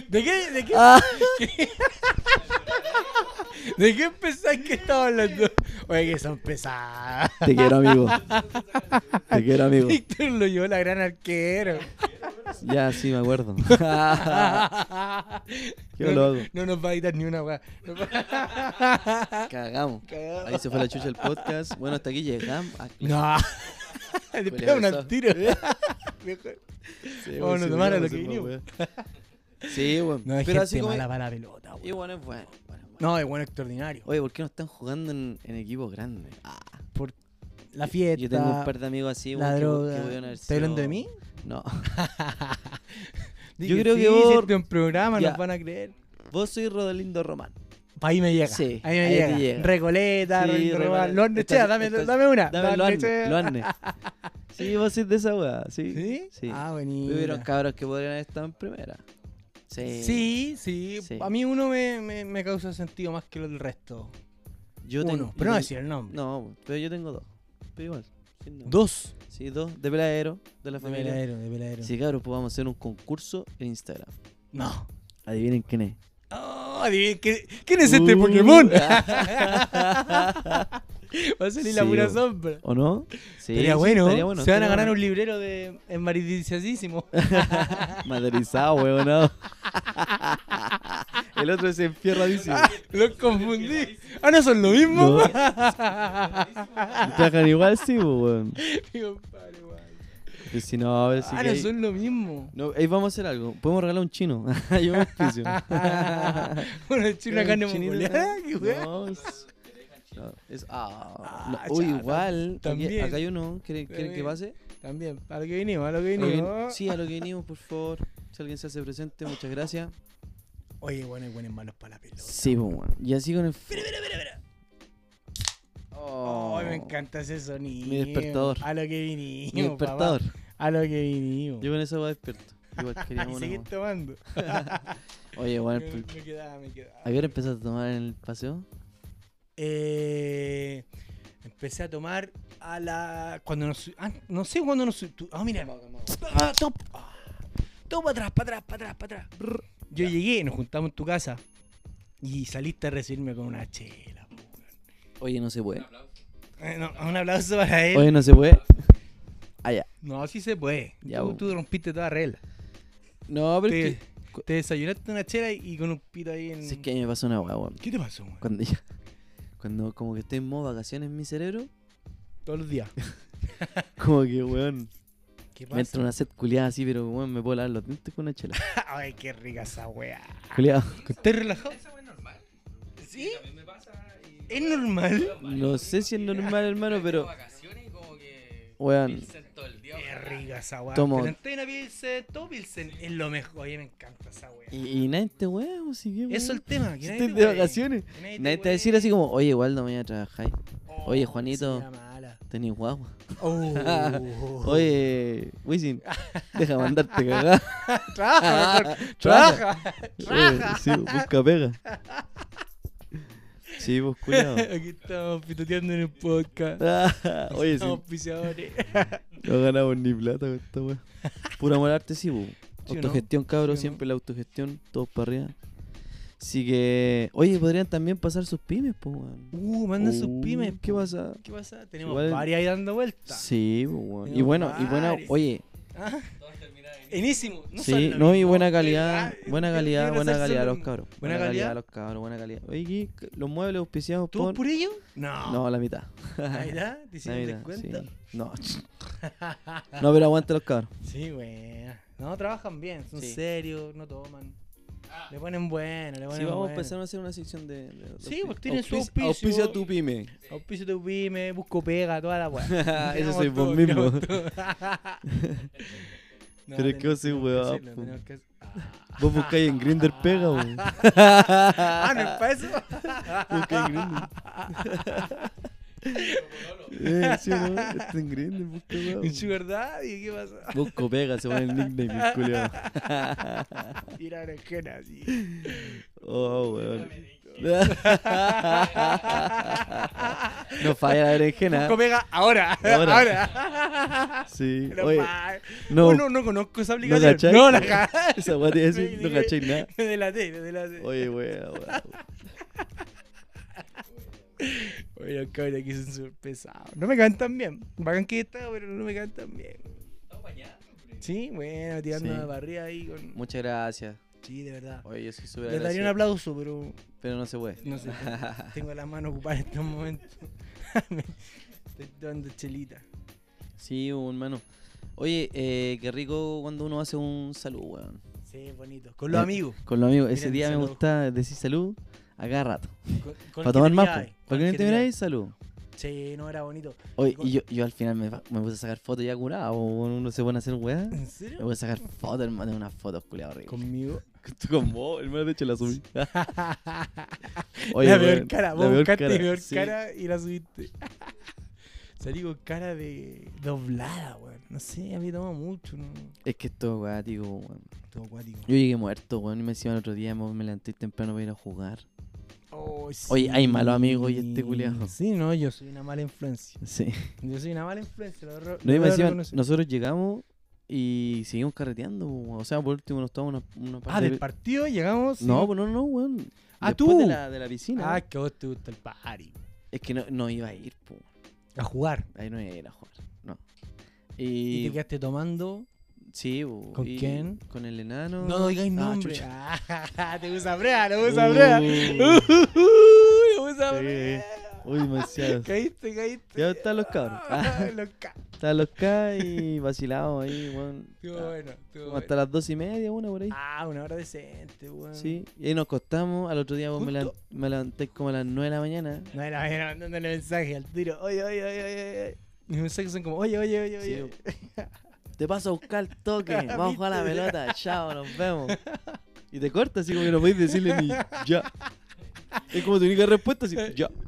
A: ¿De qué? ¿De qué?
B: Ah.
A: ¿De qué pensáis que estaba hablando? Oye, que son pesadas.
B: Te quiero, amigo. Te quiero, amigo.
A: Víctor Loyola, gran arquero.
B: Ya, sí, me acuerdo. Ah. Qué
A: no,
B: loco.
A: no nos va a editar ni una weá. No va-
B: Cagamos. Ahí se fue la chucha del podcast. Bueno, hasta aquí llegamos. Ah,
A: No. Le pega un al tiro. Mejor.
B: sí,
A: Vamos
B: weón,
A: a
B: sí,
A: tomar a
B: weón,
A: lo
B: sí,
A: que vinimos.
B: weón. Sí, weón.
A: No, hay
B: Pero así
A: gente
B: como.
A: mala para la pelota, weón.
B: Y bueno, es bueno. bueno, bueno.
A: No, es bueno extraordinario.
B: Oye, ¿por qué no están jugando en, en equipos grandes? Ah,
A: Por la fiesta.
B: yo tengo un par de amigos así, weón.
A: la
B: que- que
A: droga.
B: pudieron haber
A: ¿Estás hablando de
B: sido-
A: mí?
B: No.
A: Dije,
B: creo
A: sí,
B: que vos-
A: hiciste un programa,
B: Ya.
A: nos van a creer.
B: Vos sois Rodolindo Román.
A: Ahí me llega.
B: Sí,
A: ahí me
B: ahí te
A: llega.
B: llega.
A: Recoleta,
B: Sí,
A: Rodrigo
B: Román.
A: Román. Los
B: Estás-
A: Nechea, dame,
B: estás-
A: dame una.
B: Dame
A: Los
B: lo
A: Nechea.
B: Anne, lo Anne. Sí, vos sois de esa weá, sí.
A: ¿Sí?
B: Sí.
A: Ah, buenísimo.
B: Hubieron cabros que podrían haber estado en primera. Sí.
A: Sí, sí,
B: Sí.
A: A mí uno me, me, me causa sentido más que el resto.
B: Yo
A: uno.
B: tengo-
A: pero no
B: yo
A: decir el nombre.
B: No, pero yo tengo dos. Pero igual. sí, no.
A: Dos.
B: Sí, dos. De peladero, de la
A: De
B: familia.
A: veladero, de veladero.
B: Sí, cabros, pues vamos a hacer un concurso en Instagram.
A: No.
B: Adivinen quién es.
A: Oh, adivinen, ¿qué- ¿Quién es este Pokémon? Va a salir la
B: Sí,
A: pura
B: bo.
A: sombra.
B: ¿O no? Sí,
A: estaría,
B: sí,
A: bueno,
B: estaría
A: Se van a
B: estaría
A: ganar un
B: bueno.
A: librero de enmaridiciasísimo.
B: Maderizado, weón. El otro es enfierradísimo.
A: Los confundí. Ah, no son lo mismo.
B: No. Trajan igual, sí, po, weón.
A: Mi compadre, guay.
B: Y si no, a ver si.
A: ah,
B: que
A: no
B: ahí-
A: son lo mismo.
B: No, ahí vamos a hacer algo. Podemos regalar un chino. Yo me auspicio.
A: Bueno, echar una carne
B: Chinito,
A: mongoleada, qué weá.
B: No, es- no, es- ah,
A: Ah,
B: no, uy,
A: ya,
B: igual.
A: también.
B: También. Acá hay uno. ¿Quieren, quieren que
A: También.
B: pase?
A: También, a lo que vinimos, a lo que
B: A lo que-
A: vinimos.
B: sí, a lo que vinimos, por favor. Si alguien se hace presente, muchas gracias.
A: Oye, bueno, hay buenos malos para la pelota.
B: Sí, pues, bueno. Y así con el. ¡Mira, mira, mira! Oh.
A: Ay, me encanta ese sonido.
B: Mi despertador.
A: A lo que vinimos.
B: Mi
A: papá.
B: despertador.
A: A lo que vinimos.
B: Yo con eso va despierto. Igual queríamos
A: Ah, y
B: una
A: seguir
B: más.
A: tomando.
B: Oye, bueno.
A: me,
B: pero-
A: me quedaba, me quedaba.
B: ¿A qué hora empezaste a tomar en el paseo?
A: Eh, empecé a tomar a la. Cuando nos. ah, no sé cuándo nos. tú- Ah, mira. Ah, top. Ah, todo para atrás, para atrás, para atrás, para atrás. Brr. Yo llegué, nos juntamos en tu casa. Y saliste a recibirme con una chela. po, weón.
B: Oye, no se puede.
A: Eh, no, un aplauso para él.
B: Oye, no se puede. Ah, Allá.
A: No, sí se puede.
B: Ya,
A: tú,
B: po.
A: tú rompiste toda regla.
B: No, pero es
A: Te,
B: que,
A: te desayunaste una chela y y con un pito ahí en.
B: si es que a mí me pasó una guagua.
A: ¿Qué te pasó, weón?
B: Cuando ya. Cuando como que estoy en modo vacaciones en mi cerebro,
A: Todos los días.
B: como que, weón.
A: ¿Qué
B: Me entra
A: pasa?
B: una sed culiada así, pero weón, me puedo lavar los dientes con una chela.
A: Ay, qué rica esa weá.
B: Culiado.
A: ¿Estás relajado? ¿Sí? ¿Es normal?
B: No sé si es normal, hermano, pero
E: vacaciones y como que.
B: weón,
E: Pilsen todo el día.
A: Qué rica esa weá.
B: Tomo.
A: Cuarentena, Pilsen, todo Pilsen es lo mejor. Oye, me encanta esa weá.
B: y, y nadie te wea, o si qué,
A: Eso es
B: weón.
A: el tema. que
B: Si
A: nadie
B: estoy
A: te
B: de
A: hueve,
B: vacaciones.
A: que nadie
B: Nadie te va a
A: hueve.
B: decir así como, oye, igual no voy a trabajar. Oye,
A: Oh,
B: Juanito.
A: esa era mala.
B: Tenés guagua.
A: Oh.
B: Oye, Wisin, deja mandarte cagar.
A: trabaja, mejor,
B: Trabaja. eh,
A: trabaja.
B: Sí, busca pega. Sí, vos culiado.
A: Aquí estamos pitoteando en el podcast.
B: Oye, sí,
A: Estamos auspiciadores.
B: no ganamos ni plata con esta weá. Pura moral arte, sí, bu.
A: ¿Sí o no?
B: Autogestión, cabros,
A: ¿Sí o no?
B: siempre la autogestión, todos para arriba. Así que, oye, podrían también pasar sus pymes, pues, weón.
A: Uh, mandan sus
B: Uh,
A: pymes.
B: ¿Qué
A: po.
B: pasa?
A: ¿Qué pasa? Tenemos
B: Igual-
A: varias ahí dando vueltas.
B: Sí, pues, weón. Y
A: Tenemos
B: bueno, y bueno,
A: varias.
B: oye,
A: Ah. Enísimo. No son
B: sí,
A: lo
B: no, y
A: mismo,
B: buena
A: de
B: calidad,
A: verdad.
B: buena
A: Yo
B: calidad,
A: quiero
B: buena
A: hacer
B: calidad
A: solo-
B: los cabros.
A: ¿Buena
B: Buena
A: calidad?
B: calidad los cabros, buena calidad. Oye, ¿qué? los muebles auspiciados
A: ¿Tú
B: por...
A: por ello? No.
B: No, la mitad.
A: Ahí está, ¿Te
B: La
A: hicieron
B: mitad,
A: descuento?
B: sí. No. no, pero aguante los cabros.
A: Sí, güey. No, trabajan bien, son
B: Sí.
A: serios, no toman. Le ponen bueno, le ponen
B: Sí, vamos a
A: bueno.
B: empezar a hacer una sección de... de- de
A: Sí,
B: auspicio.
A: pues tienen su
B: Auspici-
A: auspicio.
B: Auspicia tu pyme.
A: Auspicio tu pyme, busco pega, toda la weá.
B: Eso
A: Tiramos
B: soy
A: todo,
B: vos mismo.
A: tiramos todo. No,
B: Pero es que vos sois
A: tenemos
B: huevón,
A: hacerlo,
B: po.
A: tenemos que hacer- Ah.
B: Vos buscáis en Grindr pega, weón.
A: Ah, no es para eso.
B: Busca en Grindr. eh, sí, weón. Está en Grindr, busca,
A: Un
B: weón.
A: sugar daddy, ¿qué pasa?
B: Busco pega, se pone el nickname, el culiao.
A: Tira orejena así.
B: Oh, weón. no falla la berenjena.
A: Busco pega ahora.
B: Ahora.
A: Ahora.
B: Sí,
A: No,
B: oye.
A: pa-
B: No,
A: Oh, no, no conozco esa
B: no
A: aplicación.
B: cachai.
A: No, la ca-
B: Esa weá te iba a decir, no cachai nada.
A: De la T, de la T.
B: Oye, weón, weón.
A: Oye, los cabros aquí son súper pesados. No me cantan bien. Bacán que está, pero no me cantan bien. Sí, bueno, tirando
B: Sí.
A: la barriga ahí con.
B: Muchas gracias.
A: Sí, de verdad.
B: Oye, yo soy súper
A: Les daría un
B: agradecido.
A: aplauso, pero
B: Pero no se puede.
A: no sé. tengo las manos ocupadas en estos momentos. Me Estoy dando chelita.
B: Sí, un hermano. Oye, eh, qué rico cuando uno hace un salud, weón.
A: Sí, bonito. Con los
B: Eh,
A: amigos.
B: Con los amigos. Ese
A: Miren,
B: día me
A: salud.
B: gusta decir salud a cada rato.
A: Con- con
B: Para
A: el
B: tomar
A: te
B: más,
A: miráis,
B: po.
A: con
B: Para que
A: el
B: no
A: te
B: te miráis, salud.
A: miráis. Sí, no era bonito.
B: Oye,
A: con-
B: y yo, yo al final me, fa- me puse a sacar fotos ya curado. Uno se pone a hacer weá.
A: ¿En
B: Me
A: serio?
B: voy a sacar fotos, hermano, unas fotos, culiado horrible.
A: Conmigo.
B: Tú con vos, hermano, de hecho la subí.
A: Ah. la
B: weón,
A: peor cara, vos
B: la peor
A: buscaste la
B: cara,
A: peor
B: sí.
A: cara y la subiste. Salí con cara de doblada, weón. No sé, a mí toma mucho, ¿no?
B: Es que esto, weá, digo, weón.
A: Todo acuático.
B: Yo llegué muerto, weón, y me decían el otro día, me levanté temprano para ir a jugar.
A: Oh,
B: Oye, hay malos
A: sí.
B: amigos y este culiao.
A: Sí, no, yo soy una mala influencia.
B: Sí.
A: Yo soy una mala influencia, lo, re-
B: No, y
A: lo
B: me
A: voy a
B: decían,
A: reconocer.
B: nosotros llegamos y seguimos carreteando, weón. O sea, por último nos tomamos una, una
A: Ah,
B: parte
A: del partido llegamos.
B: No,
A: sí.
B: pues no, no, weón.
A: Ah,
B: Después
A: tú.
B: De la, de la piscina.
A: Ah, que a vos te gusta el party.
B: Es que no, no iba a ir, pues.
A: A jugar.
B: Ahí no iba a ir a jugar, no.
A: Y,
B: Y.
A: te quedaste tomando.
B: sí, weón.
A: ¿Con
B: y-
A: quién?
B: Con el enano.
A: No, no digáis
B: Ah,
A: nombre.
B: chucha.
A: Ah, te gusta brea, te gusta
B: Uh.
A: brea. Te gusta
B: Sí.
A: brea.
B: Uy, demasiado.
A: Caíste, caíste.
B: Ya están los cabros.
A: Ah, los ca-
B: Estaban los K y vacilados ahí, weón.
A: Estuvo
B: Ah,
A: bueno, estuvo
B: como
A: bueno.
B: Hasta las dos y media, una por ahí.
A: Ah, una hora decente, weón.
B: Sí, y ahí nos costamos. Al otro día vos me,
A: Justo.
B: levan- me levanté como a las 9 de la mañana.
A: No era mañana mandándole mensaje al tiro. Oye, oye, oye, oye, oye. Mis mensajes son como, oye, oye, oye,
B: Sí,
A: oye.
B: Te paso a buscar el toque. Vamos a jugar a la pelota. Chao, nos vemos. Y te corta así como que no podéis decirle ni ya. Es como tu única respuesta así, ya.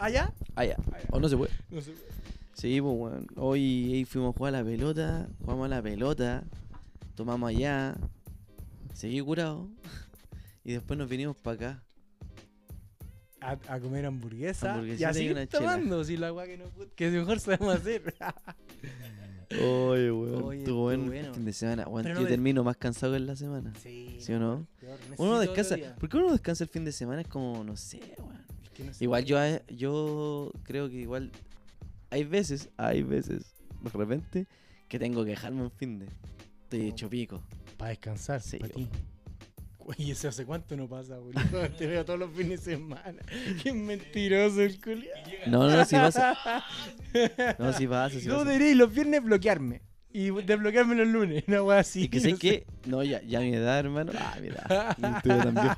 A: ¿Allá?
B: Ah, ya. O no se puede.
A: No sé.
B: Sí, pues weón. Hoy ahí fuimos a jugar a la pelota, jugamos a la pelota, tomamos allá, seguí curado. Y después nos vinimos para acá.
A: A, a comer hamburguesa. Y
B: Hamburguesita y
A: así
B: una chela.
A: tomando, si la agua que no put- que mejor sabemos hacer.
B: Oye, weón.
A: Oye,
B: estuvo bueno,
A: estuvo
B: el
A: bueno.
B: fin de semana. Weón,
A: Pero no
B: yo
A: des-
B: termino más cansado que en la semana.
A: Sí.
B: ¿Sí o no?
A: peor, necesito
B: Uno descansa.
A: otro día.
B: ¿Por qué uno descansa el fin de semana? Es como, no sé, weón.
A: Es que no sé.
B: Igual yo, a- yo creo que igual hay veces, hay veces, de repente, que tengo que dejarme un fin de. Estoy hecho pico.
A: Para descansar,
B: Sí,
A: para
B: po.
A: ti. Oye, eso hace cuánto no pasa, boludo. Te veo todos los fines de semana. Qué mentiroso el culiado.
B: No, no, si pasa. No, si pasa, si
A: Tú
B: pasa.
A: deberías los viernes bloquearme. y desbloqueármelo el lunes, una wea así.
B: y que sé
A: no
B: que, no, ya, ya a mi edad, hermano. Ah, mira, también.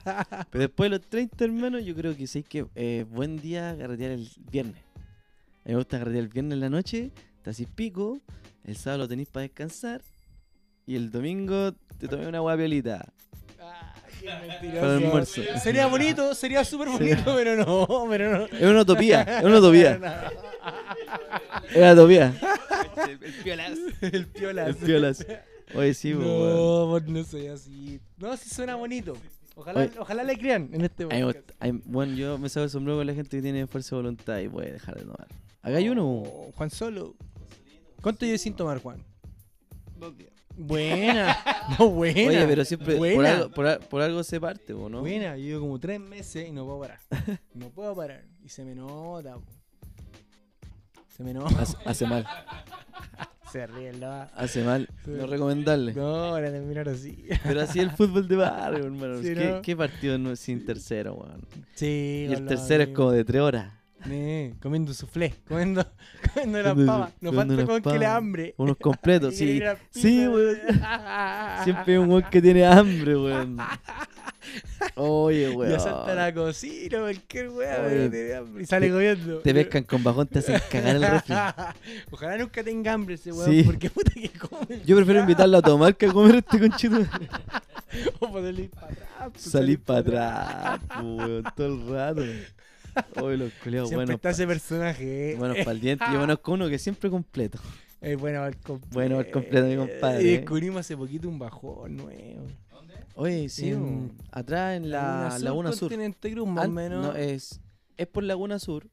B: Pero después de los 30, hermano, yo creo que sé que eh, buen día carretear el viernes. A mí me gusta carretear el viernes en la noche, te haces pico, el sábado lo tenéis para descansar y el domingo te tomé una guapiolita.
A: Ah, qué mentiroso.
B: Para el almuerzo.
A: Sería bonito, sería súper bonito, pero no, pero no.
B: Es una utopía, es una utopía, es una utopía.
D: El, el piolas.
A: El piola.
B: El piolas. Oye, sí, po, weón.
A: No, vos no soy así. No, sí suena bonito. Ojalá,
B: Oye.
A: ojalá le crean en este
B: A mí me
A: momento.
B: gusta- a mí- bueno, yo me saco el sombrero con la gente que tiene fuerza de voluntad y puede dejar de tomar. Acá hay uno. po.
A: Oh, Juan Solo. ¿Cuánto llevo sin tomar, Juan?
D: Dos días.
A: Buena. No, buena.
B: Oye, pero siempre por
A: Buena.
B: algo, por, al- por algo se parte, po, ¿no?
A: Buena, yo llevo como tres meses y no puedo parar. No puedo parar. Y se me nota. po. Se me nota.
B: Hace, hace mal,
A: Se ríe el loa.
B: hace mal.
A: Sí.
B: No recomendarle.
A: No, van a terminar así.
B: Pero así el fútbol de barrio, hermano.
A: Sí,
B: ¿Qué,
A: ¿no?
B: qué partido no es sin tercero, weón?
A: Sí,
B: Y
A: con
B: el
A: los
B: tercero es
A: amigos.
B: como de tres horas.
A: Eh, comiendo soufflé, comiendo, comiendo las
B: Comiendo-
A: papas. No
B: comiendo
A: falta
B: las
A: con que le
B: papas.
A: hambre.
B: Unos
A: Y
B: completos,
A: quiere
B: sí.
A: ir al piso.
B: Sí, weón. Siempre hay un weón que tiene hambre, weón. Oye,
A: Y asalta
B: weón.
A: la cocina, cualquier weá,
B: Oye,
A: pero tiene hambre. Y sale comiendo.
B: Te pescan con bajón, te hacen cagar el refri.
A: Ojalá nunca tenga hambre ese weón,
B: Sí.
A: porque puta que come.
B: Yo prefiero invitarlo a tomar que a comer este conchito.
A: O poderle ir para atrás. pues,
B: Salí para atrás, po, weón, todo el rato. Oye, los culiados,
A: Siempre
B: buenos.
A: está
B: pa-
A: ese personaje. eh.
B: Buenos para el diente. Yo conozco uno que siempre completo.
A: Es bueno al completo.
B: Bueno al completo, mi compadre,
A: Y
B: eh.
A: descubrimos hace poquito un bajón nuevo.
B: Oye, sí,
A: En-
B: un- atrás en la Laguna Sur.
A: Continente Cruz, más o
B: An-
A: menos.
B: No, eh. es, es por Laguna Sur,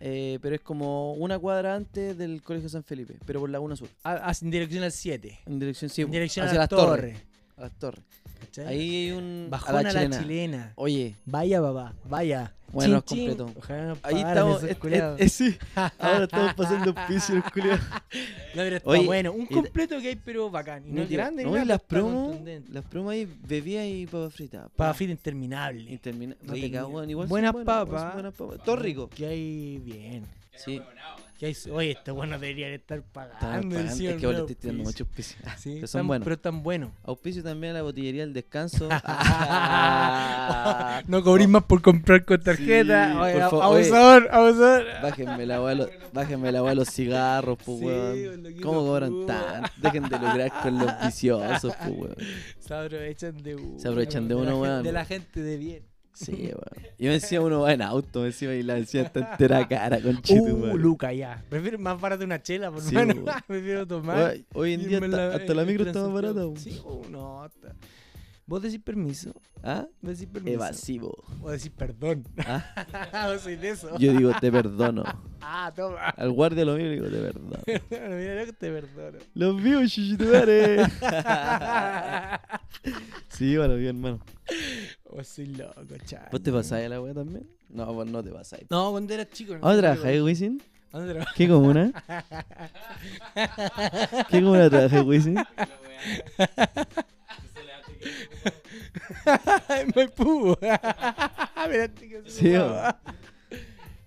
B: eh, pero es como una cuadra antes del Colegio San Felipe, pero por Laguna Sur,
A: Ah, ah, en dirección al 7.
B: en dirección, sí,
A: en dirección
B: hacia
A: a la
B: las
A: torre.
B: torres. a las torres.
A: ¿cachai?
B: Ahí hay un...
A: Bajón a la, chilena.
B: Oye,
A: Vaya, papá, vaya.
B: Bueno,
A: Chin,
B: los
A: chin.
B: completo.
A: Ojalá no
B: ahí
A: pagaran
B: estamos...
A: esos
B: es- es-
A: culiados. Ah,
B: es- sí, ahora estamos pasando piso los culiados.
A: No, pero está
B: Oye,
A: bueno. Un
B: y-
A: completo que hay, pero bacán. Y no es grande,
B: no,
A: ni
B: y
A: nada,
B: las
A: pero está
B: promos,
A: contundente.
B: las promos ahí, bebía y papas fritas.
A: Papa frita interminable.
B: Intermina-
A: No
B: rica,
A: tenía-
B: weón, igual son
A: Buenas
B: weón, son
A: papas.
B: buenas papas. Todo rico.
A: Que hay bien.
B: Sí.
A: Que hay... Oye, estos buenos deberían estar
B: Estamos
A: pagando.
B: pagando-
A: sí,
B: es que vos le
A: no,
B: estoy tirando
A: pues.
B: muchos pisos.
A: Sí,
B: pero
A: tan-
B: son buenos.
A: Pero están buenos.
B: Auspicio también a la botillería del descanso.
A: no cobrís más por comprar con tarjeta.
B: Sí,
A: Oye,
B: por
A: a-
B: favor, oye.
A: abusador, abusador.
B: Bájenme la agua, bájenme la agua a los cigarros, pues,
A: Sí,
B: weón.
A: weón, loquito,
B: ¿Cómo cobran
A: pú.
B: tanto? Dejen de lograr con los viciosos, pues, weón.
A: Se aprovechan de uno.
B: Se aprovechan de
A: la
B: uno,
A: gen-
B: weón.
A: De la gente de bien.
B: Sí, weón. Yo me decía uno va en auto, me decía y la vecina está entera cara con chito,
A: Uh, Luca, ya. Prefiero más barato una chela, por
B: pues, Sí, pues.
A: mano.
B: weón.
A: Prefiero tomar.
B: Hoy en día
A: irme
B: hasta
A: en
B: la, hasta la
A: en
B: micro está
A: Transantiago.
B: más barata, weón.
A: eh, Sí, uh, no. está- Vos decís permiso.
B: ¿Ah?
A: Vos decís permiso.
B: Evasivo.
A: Vos decís perdón. Vos sois de eso.
B: Ah. Yo digo, te perdono.
A: Ah, toma.
B: Al guardia lo mío le digo, te perdono.
A: Bueno, Mira, loco, te perdono.
B: Los vio, chichituares. Ah. sí, bueno, bien, hermano.
A: Vos sois loco, chaval.
B: ¿Vos te pasáis a la weá también? No, vos no te pasáis.
A: No, cuando eras chico. no.
B: ¿A ¿Dónde trabajáis, Wisin?
A: ¿Dónde trabajas?
B: ¿Qué comuna? ¿Qué comuna trabajáis, Wisin?
A: En Maipú. Mira, tío, que se
B: Sí,
A: me
B: weón.
A: va.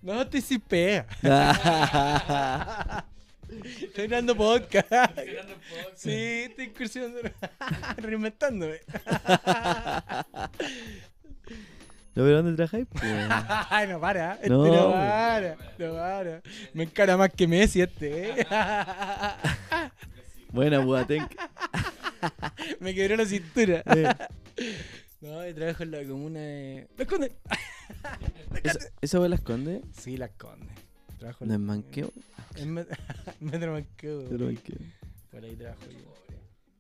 A: No, estoy sin pega.
B: Ah.
A: Estoy grabando podcast. Sí, estoy incursionando. Reinventándome.
B: ¿No pero dónde trabajáis? Pues,
A: Ay, no para. Este
B: No,
A: no,
B: güey.
A: para. No para. Me encara más que Messi este. ¿eh?
B: Buena, Buateng.
A: Me quebró la cintura.
B: Eh,
A: No, yo trabajo en la comuna de. ¿La esconde?
B: ¿Esa, esa weá la esconde?
A: Sí, la esconde. Trabajo en
B: No es manqueo.
A: En Met- Metro Manqueo.
B: pero manqueo.
A: Por ahí trabajo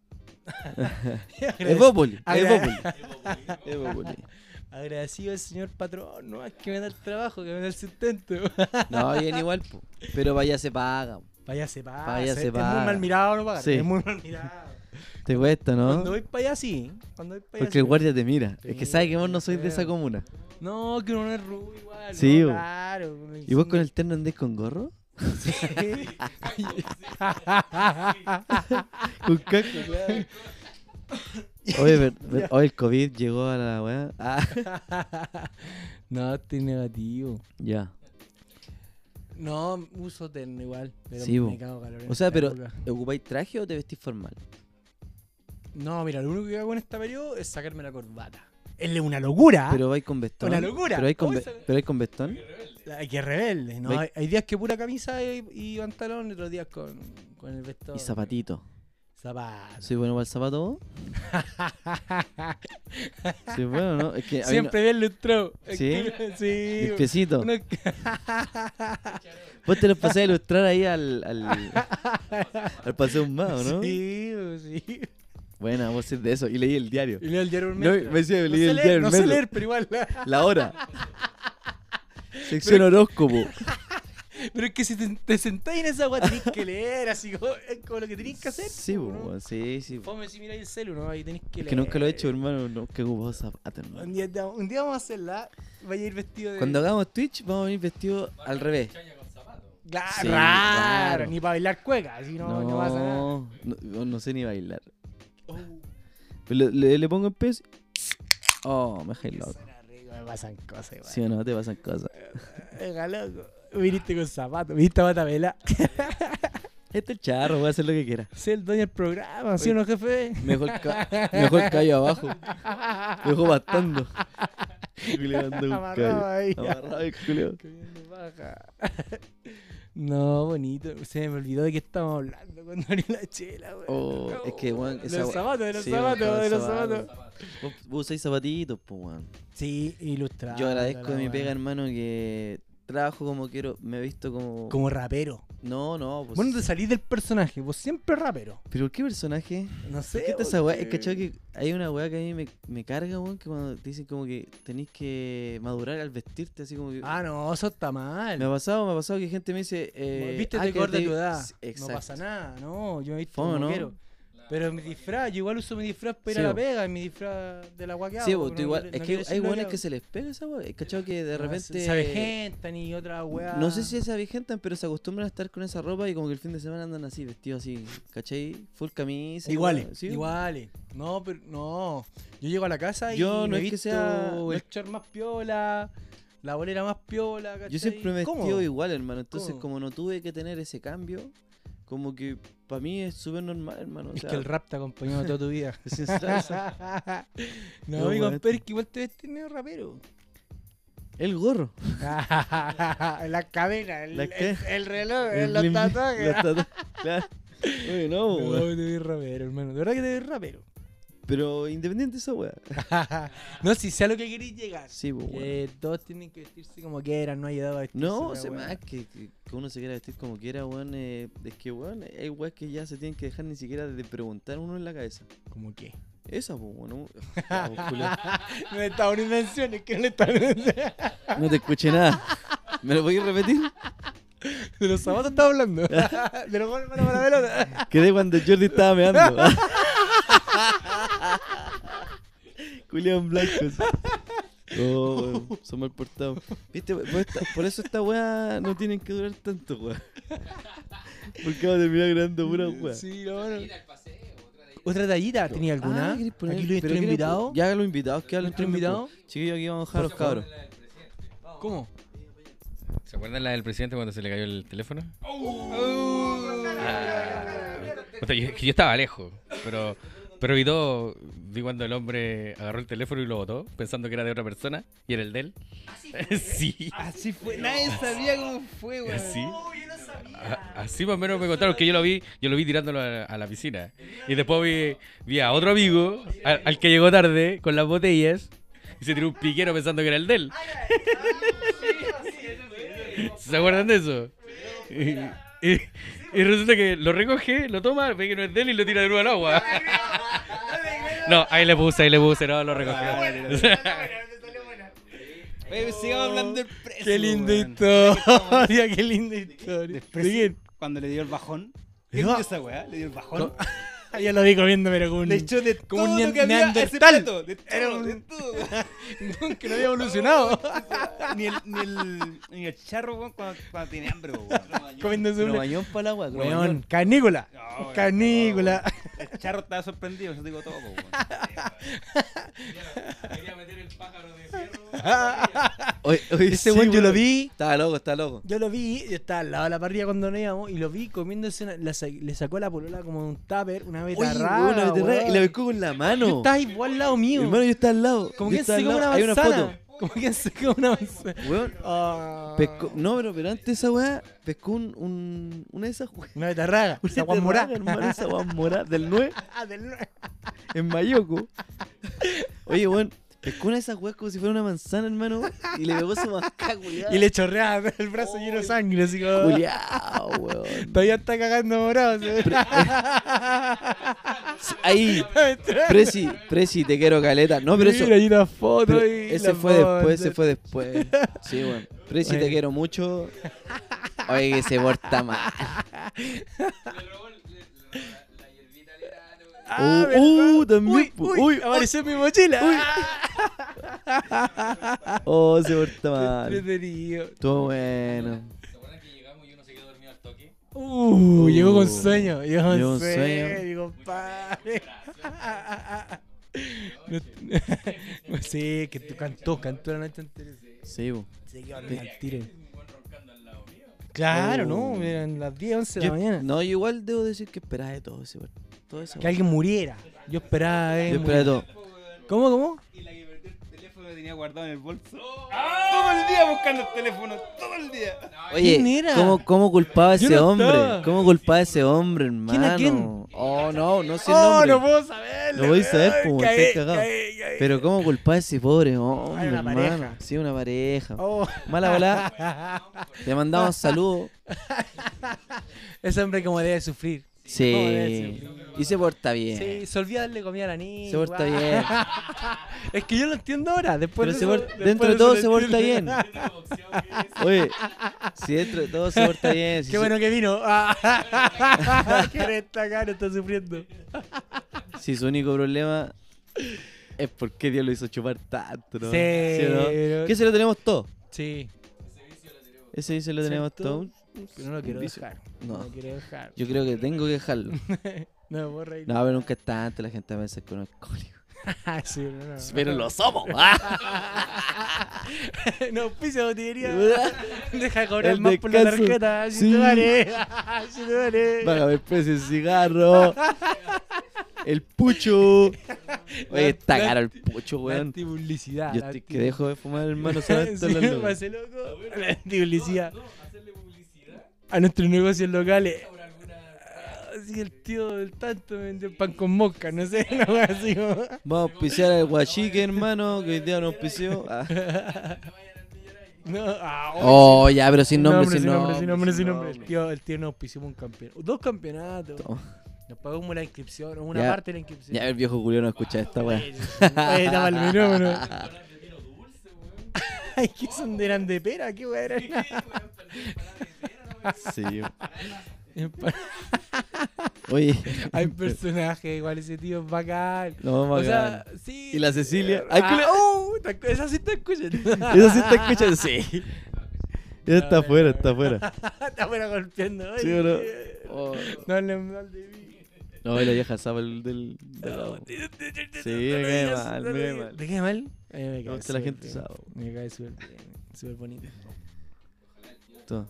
A: yo.
B: Evópoli. Evópoli.
A: Agra-
B: Evópoli.
A: Agradecido al señor patrón, no, es que me da el trabajo, que me da el sustento.
B: No, bien igual, po. pero vaya se paga.
A: Vaya se paga.
B: Vaya
A: se-
B: se
A: Es
B: paga.
A: muy mal mirado no pagar.
B: Sí.
A: Es muy mal mirado.
B: Te cuesta, ¿no?
A: Cuando voy para allá sí. Cuando voy para allá
B: Porque el guardia te mira. Es que
A: Sí,
B: sabe que vos no
A: sí,
B: sois de esa
A: creo.
B: comuna.
A: No, que uno no es rubio igual.
B: Sí,
A: no,
B: bo.
A: claro. uno
B: ¿Y vos
A: sí.
B: con el terno andés con gorro?
A: Sí.
B: Con casco, claro. Oye, ver- ver- oye, el COVID llegó a la weá. Ah,
A: no, estoy negativo.
B: ya.
A: No, uso terno igual. Pero
B: Sí,
A: me
B: bo.
A: cago calor. en
B: O sea,
A: esta
B: pero-
A: época.
B: ¿Ocupáis traje o te vestís formal?
A: No, mira, lo único que hago en este periodo es sacarme la corbata. Es una locura.
B: Pero vais con vestón.
A: Ah, Una locura.
B: Pero vais con,
A: ¿Cómo
B: ve-
A: se-
B: pero vais con vestón.
A: Hay que rebelde, ¿no?
B: Ve-
A: Hay, hay días que pura camisa y, y pantalón, y otros días con, con el vestido.
B: Y zapatito.
A: Zapatos.
B: ¿Soy bueno para el zapato vos? Soy bueno, ¿no? Es que a mí no-
A: Siempre bien lustrado.
B: ¿Sí?
A: Sí.
B: mis piecitos.
A: Uno-
B: Vos te los pasás a ilustrar ahí al, al, al paseo un mago, ¿no? pues
A: Sí, sí.
B: Buena, vos es de eso. Y leí el diario.
A: Y leo el diario del
B: No,
A: metro.
B: me decía,
A: No
B: leí
A: sé leer,
B: el diario del
A: No sé
B: metro.
A: leer, pero igual.
B: La hora. Sección horóscopo.
A: Pero es que si te, te sentáis en esa agua tenés que leer, así como, es como lo que tenés que hacer.
B: Sí,
A: po,
B: po,
A: ¿no?
B: weón, sí, sí. po.
A: Fome si miráis el celu, ¿no? Ahí tenés que
B: Es
A: leer.
B: que nunca lo he
A: eh.
B: hecho, hermano. No, que ocupado zapato, hermano.
A: Un día, te- un día vamos a hacerla. Vaya a ir vestido de.
B: Cuando hagamos Twitch, vamos a ir vestidos al revés.
A: Claro, raro,
B: Sí, claro.
A: Ni para bailar cueca, así no, no. pasa nada.
B: no, no- no sé ni bailar.
A: Oh,
B: Pero le, le- le pongo el pez. Oh, me dejáis loco.
A: suena rico, me pasan cosas igual.
B: Sí o no, te pasan cosas.
A: Venga, loco. Viniste con zapatos, viniste a Matavela.
B: Este es charro, voy a hacer lo que quiera.
A: Sé el dueño del programa, ¿sí o no, jefe?
B: Mejor, ca mejor callo abajo. Me dejó bastando. Culeado anda con
A: Amarrado
B: callo.
A: ahí.
B: Amarrado el culeado.
A: Comiendo paja. no, bonito. Se me olvidó de qué estábamos hablando cuando abrí la chela, weón.
B: Oh, es que, weón,
A: De
B: esa
A: los
B: we-
A: zapatos, de los
B: sí, weón,
A: zapatos, de los
B: zapatos.
A: zapatos.
B: Vos, vos usáis zapatitos, pues, weón.
A: Sí, ilustrado.
B: Yo agradezco
A: la
B: de mi
A: weá.
B: pega, hermano, que trabajo como quiero. Me he visto como.
A: Como rapero.
B: No, no, pues.
A: Bueno, te salís del personaje, vos siempre rapero.
B: ¿Pero qué personaje?
A: No sé.
B: ¿Qué está
A: vos,
B: esa weá? Es
A: que-
B: cachado que hay una weá que a mí me, me carga, weón, que cuando te dicen como que tenéis que madurar al vestirte, así como que.
A: Ah, no, eso está
B: Me ha
A: mal.
B: pasado, me ha pasado que gente me dice. Eh,
A: Viste,
B: ah,
A: te
B: que
A: corta
B: te-
A: tu edad.
B: Sí, Exacto.
A: No pasa nada, no. Yo me visto
B: Fome,
A: como
B: ¿no?
A: quiero. Pero mi disfraz, yo igual uso mi disfraz para ir
B: Sí,
A: a la
B: bo.
A: pega, mi disfraz de la guaqueada.
B: Sí, vos, tú igual. es que hay weones que se les pega esa weá. Es cachado que de repente.
A: Ah, Se avejentan y otra weá.
B: No sé si se avigentan, pero se acostumbran a estar con esa ropa y como que el fin de semana andan así, vestidos así, ¿cachai? Full camisa. y
A: Iguales,
B: weá, ¿sí?
A: iguales. No, pero no. Yo llego a la casa y
B: Yo no
A: me
B: es que
A: visto
B: sea- no
A: el
B: es-
A: short más piola, la bolera más piola, ¿cachai?
B: Yo siempre me he
A: ¿Cómo?
B: vestido igual, hermano. Entonces,
A: Cómodo.
B: como no tuve que tener ese cambio, como que para mí es súper normal, hermano. o
A: Es
B: sea,
A: que el rap te ha acompañado toda tu vida.
B: es sensato.
A: no,
B: No,
A: amigo,
B: weón.
A: pero es que igual te ves tenido rapero.
B: el gorro.
A: Las cadenas, el,
B: ¿La qué?
A: el- el reloj,
B: El
A: los
B: bling-
A: tatuajes.
B: los tatuajes, claro. Oye, no,
A: No,
B: weón.
A: te ves rapero, hermano. De verdad que te ves rapero.
B: Pero independiente de esa weá.
A: no, si sea lo que querís llegar.
B: Sí, pues, weón.
A: Que Eh, todos tienen que vestirse como quieran, no hay edad para vestirse.
B: No,
A: la
B: o sea,
A: weá.
B: más que, que- que uno se quiera vestir como quiera, weón. eh, es que, weón, hay weas que ya se tienen que dejar ni siquiera de preguntar uno en la cabeza.
A: ¿Cómo qué?
B: Esa, pues, weón. Ya, pues, culiao.
A: No le está poniendo menciones, que no le está poniendo menciones.
B: No te escuché nada. ¿Me lo voy a repetir?
A: De los zapatos estaba hablando. De los goles para la pelota.
B: Quedé cuando Jordi estaba meando. Julián Blancos. Oh, weón, son mal portados. Viste, we- por, esta- por eso esta weá no tienen que durar tanto, weá. Porque va a terminar grabando pura weá.
A: Sí, no, bueno.
E: al paseo, otra de
A: ¿Otra tallita? ¿Tenía alguna?
B: Ah, ¿querés poner-
A: ¿Aquí lo
B: pero
A: nuestro
B: querés-
A: invitado?
B: Ya los invitados, que hablan
A: ¿Nuestro
B: tres invitados.
A: invitado?
B: Chiquillos, aquí vamos a dejar a los cabros.
A: ¿Cómo?
E: ¿Se acuerdan la del presidente cuando se le cayó el teléfono?
D: Uh.
E: Ah. Puta, yo, que yo estaba lejos, pero, pero vi todo, vi cuando el hombre agarró el teléfono y lo botó, pensando que era de otra persona, y era el de él.
B: ¿Ah,
E: Sí,
A: Así fue.
D: Nadie sabía cómo fue, weón.
E: así. A- Así más o menos me contaron que yo lo vi, yo lo vi tirándolo a, a la piscina. Y después vi, vi a otro amigo, al, al que llegó tarde, con las botellas, y se tiró un piquero pensando que era el de él. ¿Se acuerdan de eso? Y, y- y resulta que lo recoge, lo toma, ve que no es de él y lo tira de nuevo al agua. No, ahí le puse, ahí le puse, no, lo recogió.
D: Oye, sigamos hablando del preso.
A: Qué linda
D: weón.
A: historia, qué linda historia.
D: Del preso, Cuando le dio el bajón. ¿Qué
A: Iba-
D: es esa weá? Le dio el bajón.
A: Yo lo vi comiendo, pero como un,
D: Le echó de
A: como
D: como
A: un
D: todo
A: nea-
D: lo que había a ese
A: neandertal.
D: plato, de todo,
A: Era un-
D: de todo.
A: un que no había evolucionado.
D: ni, el, ni, el, ni el charro, weón, cuando, cuando tiene hambre, weón.
A: Comiéndose
B: Pero
A: un...
B: bañón para el agua, creo,
A: Weón,
B: bañón.
A: canícula.
D: No, weón,
A: Canícula.
D: no, weón. El charro estaba sorprendido, eso digo todo, weón.
E: Quería meter el pájaro de fierro.
B: Oye, oye,
A: Ese
B: sí,
A: weón yo lo
B: weón.
A: vi
B: Estaba loco, estaba loco.
A: Yo lo vi, yo estaba al lado de la parrilla cuando nos íbamos y lo vi comiéndose, una- la sa- le sacó la polola como un tupper, una
B: Oye,
A: betarraga.
B: weón, la beterraga,
A: weón.
B: y la becó con la mano.
A: Yo estaba igual al lado mío.
B: Hermano, yo estaba al lado.
A: como
B: yo
A: que
B: estaba
A: se
B: al
A: come una
B: lado. Hay una
A: manzana.
B: foto.
A: Como que se come una manzana.
B: Weón,
A: Ah.
B: pescó- no, pero, pero antes esa weá pescó un, un- una de esas weas.
A: Una betarraga.
B: Una
A: Esa guan
B: beterraga,
A: morá.
B: hermano, esa weá morada del 9
A: Ah, del nue-
B: en Mayoco. Oye, weón, pescó una de esas weas como si fuera una manzana, hermano, y le pegó su mascada, culiao.
A: y le chorreaba el brazo lleno de sangre, así como.
B: Culiao, weón.
A: Todavía está cagando morado. así.
B: Ahí, Presi, Presi, te quiero caleta. No, eh, pero eso.
A: Mira, hay una foto
B: pero
A: ahí,
B: ese
A: la
B: fue después, ese
A: foto.
B: fue después. Sí, bueno. Presi,
A: Bueno.
B: te quiero mucho. Oye, que se porta mal.
A: Ah,
B: Uh,
A: ¿verdad?
B: uh, también,
A: Uy,
B: po.
A: uy,
B: Uy,
A: apareció en mi mochila. Ah,
B: Oh, se porta
A: Ah,
B: mal.
A: entretenido.
B: Estuvo bueno.
E: ¿Se acuerdan que llegamos y uno se quedó dormido al toque?
A: Uh, llegó con
B: Uh,
A: sueño, llegó con
B: llegó con
A: sueño,
B: sueño.
A: mi compadre. No- sí, que tú cantó, cantó la noche anterior.
B: Sí, bo.
A: Se quedó dormido al tiro. Claro,
B: Oh.
A: no, eran las 10, 11 de
B: Yo-
A: la mañana.
B: no, yo igual debo decir que esperaba de todo ese weón. Todo eso.
A: Que alguien muriera. Yo esperaba, eh.
B: Yo esperaba de
A: morir.
B: todo.
A: ¿Cómo, cómo?
D: Y la que perdió el teléfono lo tenía guardado en el bolso. Todo el día buscando el teléfono, todo el día.
A: ¿Quién
B: Oye,
A: era?
B: ¿cómo, ¿cómo culpaba a
A: Yo
B: ese
A: no
B: hombre?
A: estaba.
B: ¿Cómo culpaba a ese hombre, hermano?
A: ¿Quién a quién?
B: Oh, no, no sé el
A: Oh,
B: nombre.
A: no puedo saber.
B: No voy a saber, po,
A: caí,
B: estoy cagado.
A: caí, caí.
B: Pero cómo culpaba a ese pobre hombre,
A: una
B: hermano.
A: pareja.
B: Sí, una pareja.
A: Oh.
B: Mala bola. Le mandamos saludos.
A: Ese hombre como debe sufrir. ¿Cómo debe
B: Sí.
A: sufrir?
B: Y se porta bien.
A: Sí, se olvida darle comida a la niña.
B: Eh. Se porta
A: guau.
B: bien.
A: Es que yo lo entiendo ahora. Después
B: Pero
A: de
B: se
A: eso-
B: por-
A: después
B: dentro de
A: eso
B: todo
A: lo
B: se porta bien.
A: entiendo.
B: Oye, si dentro de todo se porta bien. si
A: Qué
B: se-
A: bueno que vino. Ah. Qué está caro, está sufriendo.
B: Si su único problema es por qué Dios lo hizo chupar tanto, ¿no?
A: Sí,
B: o no?
A: pero-
B: Que se lo tenemos todo.
A: Sí,
B: Ese dice lo tenemos
A: ¿Cierto?
B: todo.
A: pero no lo quiero
B: Vicio.
A: dejar. No.
B: No,
A: lo quiero dejar.
B: yo creo que tengo que dejarlo.
A: No me puedo reír.
B: No, pero nunca es tanto. La gente a veces con alcohólico.
A: Ah, sí, pero no.
B: Pero lo somos.
A: no, piso botillería. Deja de cobrar
B: El
A: más por la
B: descanso.
A: tarjeta. Si
B: Sí.
A: te vale. Si te vale.
B: Van a ver precio el cigarro. El pucho. Oye, está
A: La-
B: caro el pucho,
A: La
B: weón.
A: antipublicidad.
B: Yo
A: la
B: estoy que
A: anti-
B: dejo de fumar, hermano.
A: Sí, pues,
B: solamente todas las
A: me
B: luces.
A: hace loco. La antipublicidad. A nuestros negocios locales. Así el tío del tanto me vendió pan con mosca, no sé, una wea así como-
B: Vamos a auspiciar al guachique, hermano. Que hoy día nos auspició. Ah.
A: No, ah,
B: Oh, ya, pero sin nombre, sin nombre.
A: sin nombre, sin nombre. El tío, el tío nos auspició un campeonato. Dos campeonatos.
B: Toma.
A: Nos pagamos la inscripción, una
B: Ya.
A: parte de la inscripción.
B: Ya el viejo Julio no escucha esta weá.
A: Oye, Oye, tapa el micrófono. Ay, que son de eran de pera, qué weá eran.
B: Sí. Oye.
A: Hay personajes igual, ese tío es bacán.
B: No,
A: O
B: bacán.
A: sea, sí.
B: Y la Cecilia. Ay, que
A: Ah, uh, te acu- esa sí te escuchan.
B: le- Esa sí está escuchando. Sí. Esa
A: No,
B: está afuera,
A: no,
B: está afuera.
A: Está fuera golpeando. ay,
B: ¿Sí o no?
A: eh,
B: Oh.
A: No le mal de mí.
B: No, la vieja sabe el del. del- Sí, me cae mal, me cae mal.
A: ¿Te cae mal? A mí me
B: Me
A: cae
B: gusta la
A: súper
B: gente
A: bien.
B: usada.
A: Me cae súper bien. Súper bonita.
B: Todo.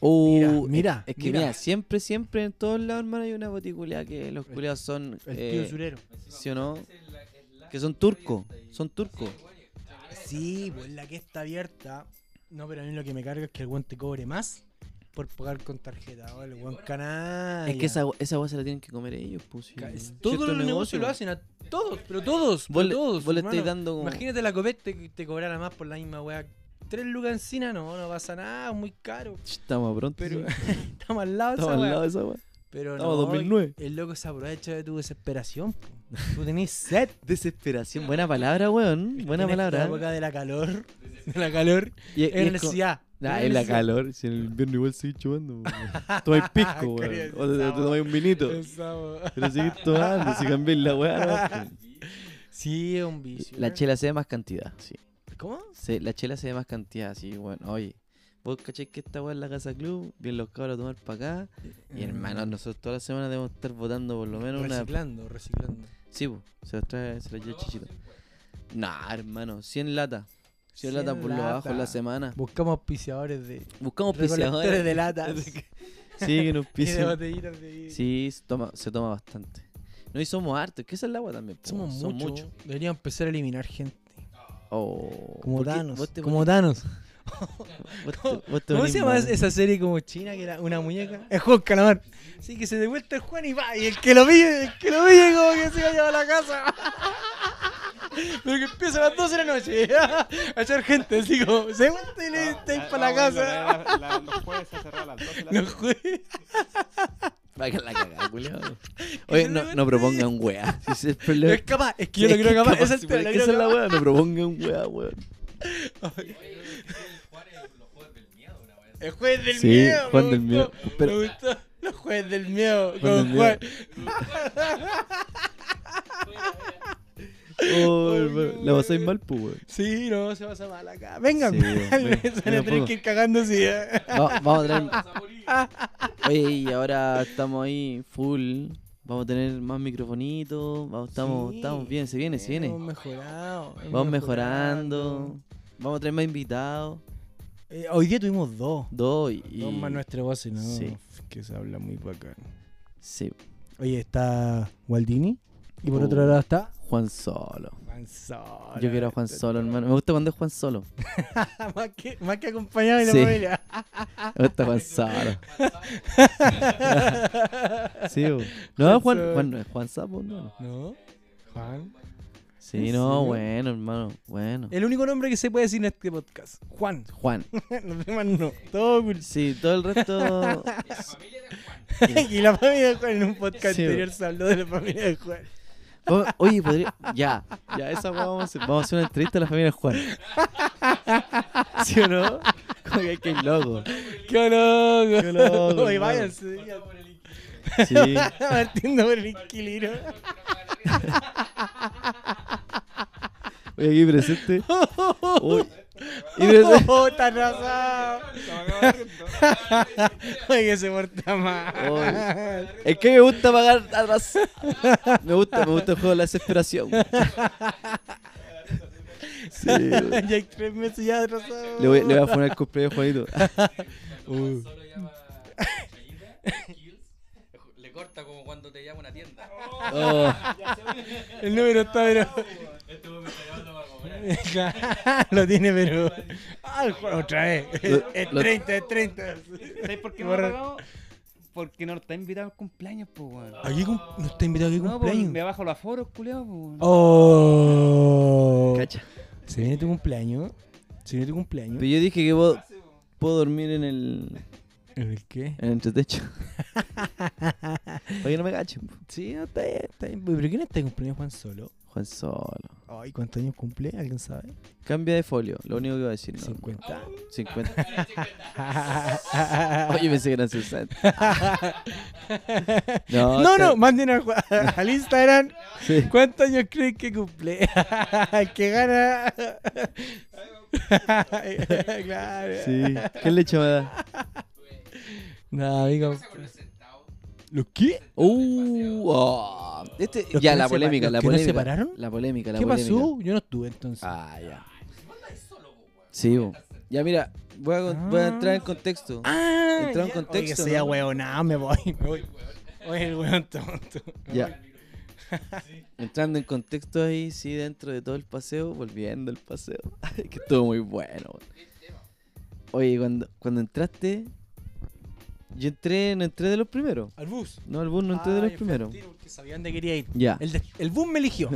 B: Uh,
A: mira,
B: es que
A: mira.
B: mira. siempre, siempre en todos lados, hermano, hay una boticulea que los culeados son.
A: El
B: eh,
A: tío surero.
B: ¿Sí o no? Que son turcos. Son turcos.
A: Sí, pues la que está abierta. No, pero a mí lo que me carga es que el weón te cobre más por pagar con tarjeta. Oh, el weón canalla.
B: Es que esa, esa agua se la tienen que comer ellos, pues. si-
A: Ca- es-
B: si
A: Todos
B: esto
A: los
B: es
A: negocios
B: negocio,
A: lo
B: pues.
A: hacen a todos, pero todos,
B: Vos
A: pero
B: le-
A: todos.
B: vos le
A: hermano.
B: estáis dando como-
A: Imagínate la Copec te, te cobrara más por la misma weá. Tres lucas encina, no, no pasa nada, es muy caro.
B: Ch, Estamos pronto.
A: Pero
B: sí.
A: estamos al lado de
B: Estamos
A: esa
B: al
A: weá.
B: lado de esa agua.
A: Pero
B: estamos
A: no,
B: 2009.
A: El loco se aprovecha de tu desesperación. po. Tú tenés sed.
B: Desesperación. Buena palabra, weón. Buena
A: en esta
B: palabra.
A: época de la calor. De la calor.
B: Y- y
A: Es
B: es como-
A: necesidad.
B: Nah,
A: Una
B: es la
A: necesidad.
B: calor. Si en el invierno igual seguís chupando, Tomáis pisco,
A: Quería
B: weón.
A: decir
B: O te- te
A: esa,
B: tomáis un vinito. Pero seguís tomando, si cambiáis la weá. no.
A: Sí, es un vicio.
B: La
A: ¿eh?
B: chela se da más cantidad, sí.
A: ¿Cómo?
B: Se- la chela se da más cantidad, sí, bueno. Oye, vos caché que esta weá es la casa club, vienen los cabros a tomar para acá.
A: Mm.
B: Y hermano, nosotros todas las semanas debemos estar votando por lo menos una.
A: Reciclando, reciclando.
B: Sí, po, se las trae, se las lleva chichito. Nah, hermano, 100 latas. 100 latas por lo bajo en la semana.
A: Buscamos auspiciadores de.
B: Buscamos
A: Recolectores
B: auspiciadores.
A: de latas.
B: Sí, que nos
A: y de
B: pisen.
A: botellitas de.
B: Sí, se toma, se toma bastante. No, y somos hartos, que esa es la agua también. po,
A: Somos
B: son
A: muchos. Debería empezar a eliminar gente.
B: Oh,
A: Como
B: ¿por qué
A: Thanos.
B: vos te
A: Como
B: ponís-
A: Thanos.
B: vos te- vos te
A: ¿Cómo
B: ponís
A: se llama
B: mal?
A: esa serie como china que era una muñeca? El Juan Calamar. Sí, que se devuelta el Juan y va. Y el que lo pille, el que lo pille, como que se va a llevar a la casa. Pero que empieza a las 12 de la noche a echar gente, así como se vuelta y le está
D: Ah,
A: para la
D: vamos,
A: casa.
D: la- la- Los jueves se cerraba a las 12 de la
A: No
D: noche.
A: jue-
B: Va a quedar la cagada, culiao. Oye, no,
A: levantes.
B: no propongan weá. Si ese es el
A: No
B: problema.
A: es capaz, es que yo lo
B: Es
A: creo capaz.
B: capaz,
A: Esa es
B: si
A: el tema,
B: puede
A: lo
B: que
A: creo
B: esa es la
A: capaz.
B: weá, no propongan weá, weón.
A: El juez del
B: Sí,
A: miedo.
B: Juan
A: me
B: del
A: gustó,
B: miedo. Pero-
A: Me gustó. Los jueces del miedo.
B: Juan del
A: con Juan.
B: Oh,
A: Ay,
B: hermano,
A: no,
B: la pasáis
A: weón.
B: mal, pues, weón.
A: Sí, no, se pasa mal acá. Vengan,
B: Sí,
A: vengan,
B: venga, pues.
A: se van
B: venga,
A: a tener
B: poco.
A: que ir cagando así. ¿eh?
B: Va- vamos a traer. Oye, y ahora estamos ahí full. Vamos a tener más microfonitos. Vamos, estamos,
A: Sí,
B: estamos bien, se viene, se viene.
A: Hemos mejorado. hemos
B: Vamos mejorando. Vamos a traer más invitados.
A: Eh, hoy día tuvimos dos.
B: Dos y.
A: Dos más nuestra voz, ¿no?
B: Sí.
A: Que se habla muy bacán.
B: Sí,
A: Oye, está Waldini. Y por
B: Uh.
A: otro lado está
B: Juan Solo.
A: Juan Solo.
B: Yo quiero a Juan Solo, hermano. Me gusta cuando es Juan Solo.
A: más, que, más que acompañado de la
B: Sí.
A: familia.
B: Me gusta Juan Solo. Sí, weón. No,
A: Juan Solo.
B: Juan, Juan, no es Juan Sapo, no.
A: ¿No? Juan.
B: Sí,
A: ¿En
B: no,
A: serio?
B: bueno, hermano. Bueno.
A: El único nombre que se puede decir en este podcast. Juan.
B: Eh, Juan.
A: Los demás no. Todo cool.
B: Sí, todo el resto.
A: y la familia de Juan en un podcast
B: Sí,
A: anterior se habló de la familia de Juan.
B: Vamos- Oh, Oye, podría. Ya, ya, esa weá vamos a hacer. Vamos a hacer una entrevista a la familia Juan. ¿Sí o no? Como que hay que ir loco.
A: ¡Qué loco!
B: Qué loco,
A: Oye,
B: hermano.
A: váyanse.
B: Sí.
A: Partiendo por el inquilino.
B: Oye, aquí presente. Uy. Y presente.
A: ¡Oh, está arrasado! Oye, que se porta mal.
B: Oy. Es que me gusta pagar atrás. Me gusta, me gusta el juego de la desesperación. Sí. Le
A: ya hay tres meses ya atrasado.
B: voy, le voy a poner el cumpleaños a Juanito.
A: Uh.
E: Solo llama Chayita, Kills, le corta como cuando te llama una tienda.
B: Oh,
A: El número está, pero.
E: Este me está llamando para comer.
A: lo tiene, pero. Ah, el juego otra vez.
B: Lo-
A: Es
B: lo-
A: 30, es 30.
D: ¿Sabes por qué no lo
A: Borra-
D: pagamos? Porque no está invitado al cumpleaños, pues, weón.
A: Aquí cum- no está invitado aquí
D: No, pues, me bajo los aforos, culiao, pues, weón.
A: Oh.
B: cacha.
A: ¿Se viene tu cumpleaños? ¿Se viene tu cumpleaños?
B: Pero yo dije que puedo, puedo dormir en el,
A: ¿En el qué?
B: en el entretecho. Para que no me cachen. po.
A: Sí, no, está bien, está bien. ¿Pero quién está de cumpleaños Juan Solo?
B: Juan Solo.
A: Ay, ¿cuántos años cumple? ¿Alguien sabe?
B: Cambia de folio, lo único que iba a decir. No,
A: 50.
B: 50. Oye, pensé que eran 60. No,
A: No,
B: está-
A: no, manden al, Ju- al Instagram.
B: Sí.
A: ¿Cuántos años creen que cumple? El que gana. claro.
B: Sí. ¿Qué leche me da?
A: No, amigo. ¿Los qué?
B: Uh, oh. Este,
A: Los
B: ya,
A: que
B: la
A: no se
B: polémica,
A: pa-
B: la
A: los que no
B: polémica.
A: se pararon.
B: La polémica, la
A: ¿Qué
B: polémica.
A: pasó? Yo no estuve entonces.
B: Ah, ya. Sí, bo. ya mira, voy a, con- voy a entrar en contexto.
A: Ah,
B: Entró en
A: ya.
B: contexto,
A: Oye, que
B: ¿no?
A: sea huevonado, me voy, me voy. Oye, el huevón tonto.
B: Ya. Entrando en contexto ahí, sí, dentro de todo el paseo, volviendo al paseo, que estuvo muy bueno. weón. Oye, cuando, cuando entraste, yo entré, no entré de los primeros.
A: Al bus.
B: No, al bus no entré de los primeros.
A: Porque sabía dónde quería ir.
B: Ya.
A: El, de- el bus me eligió.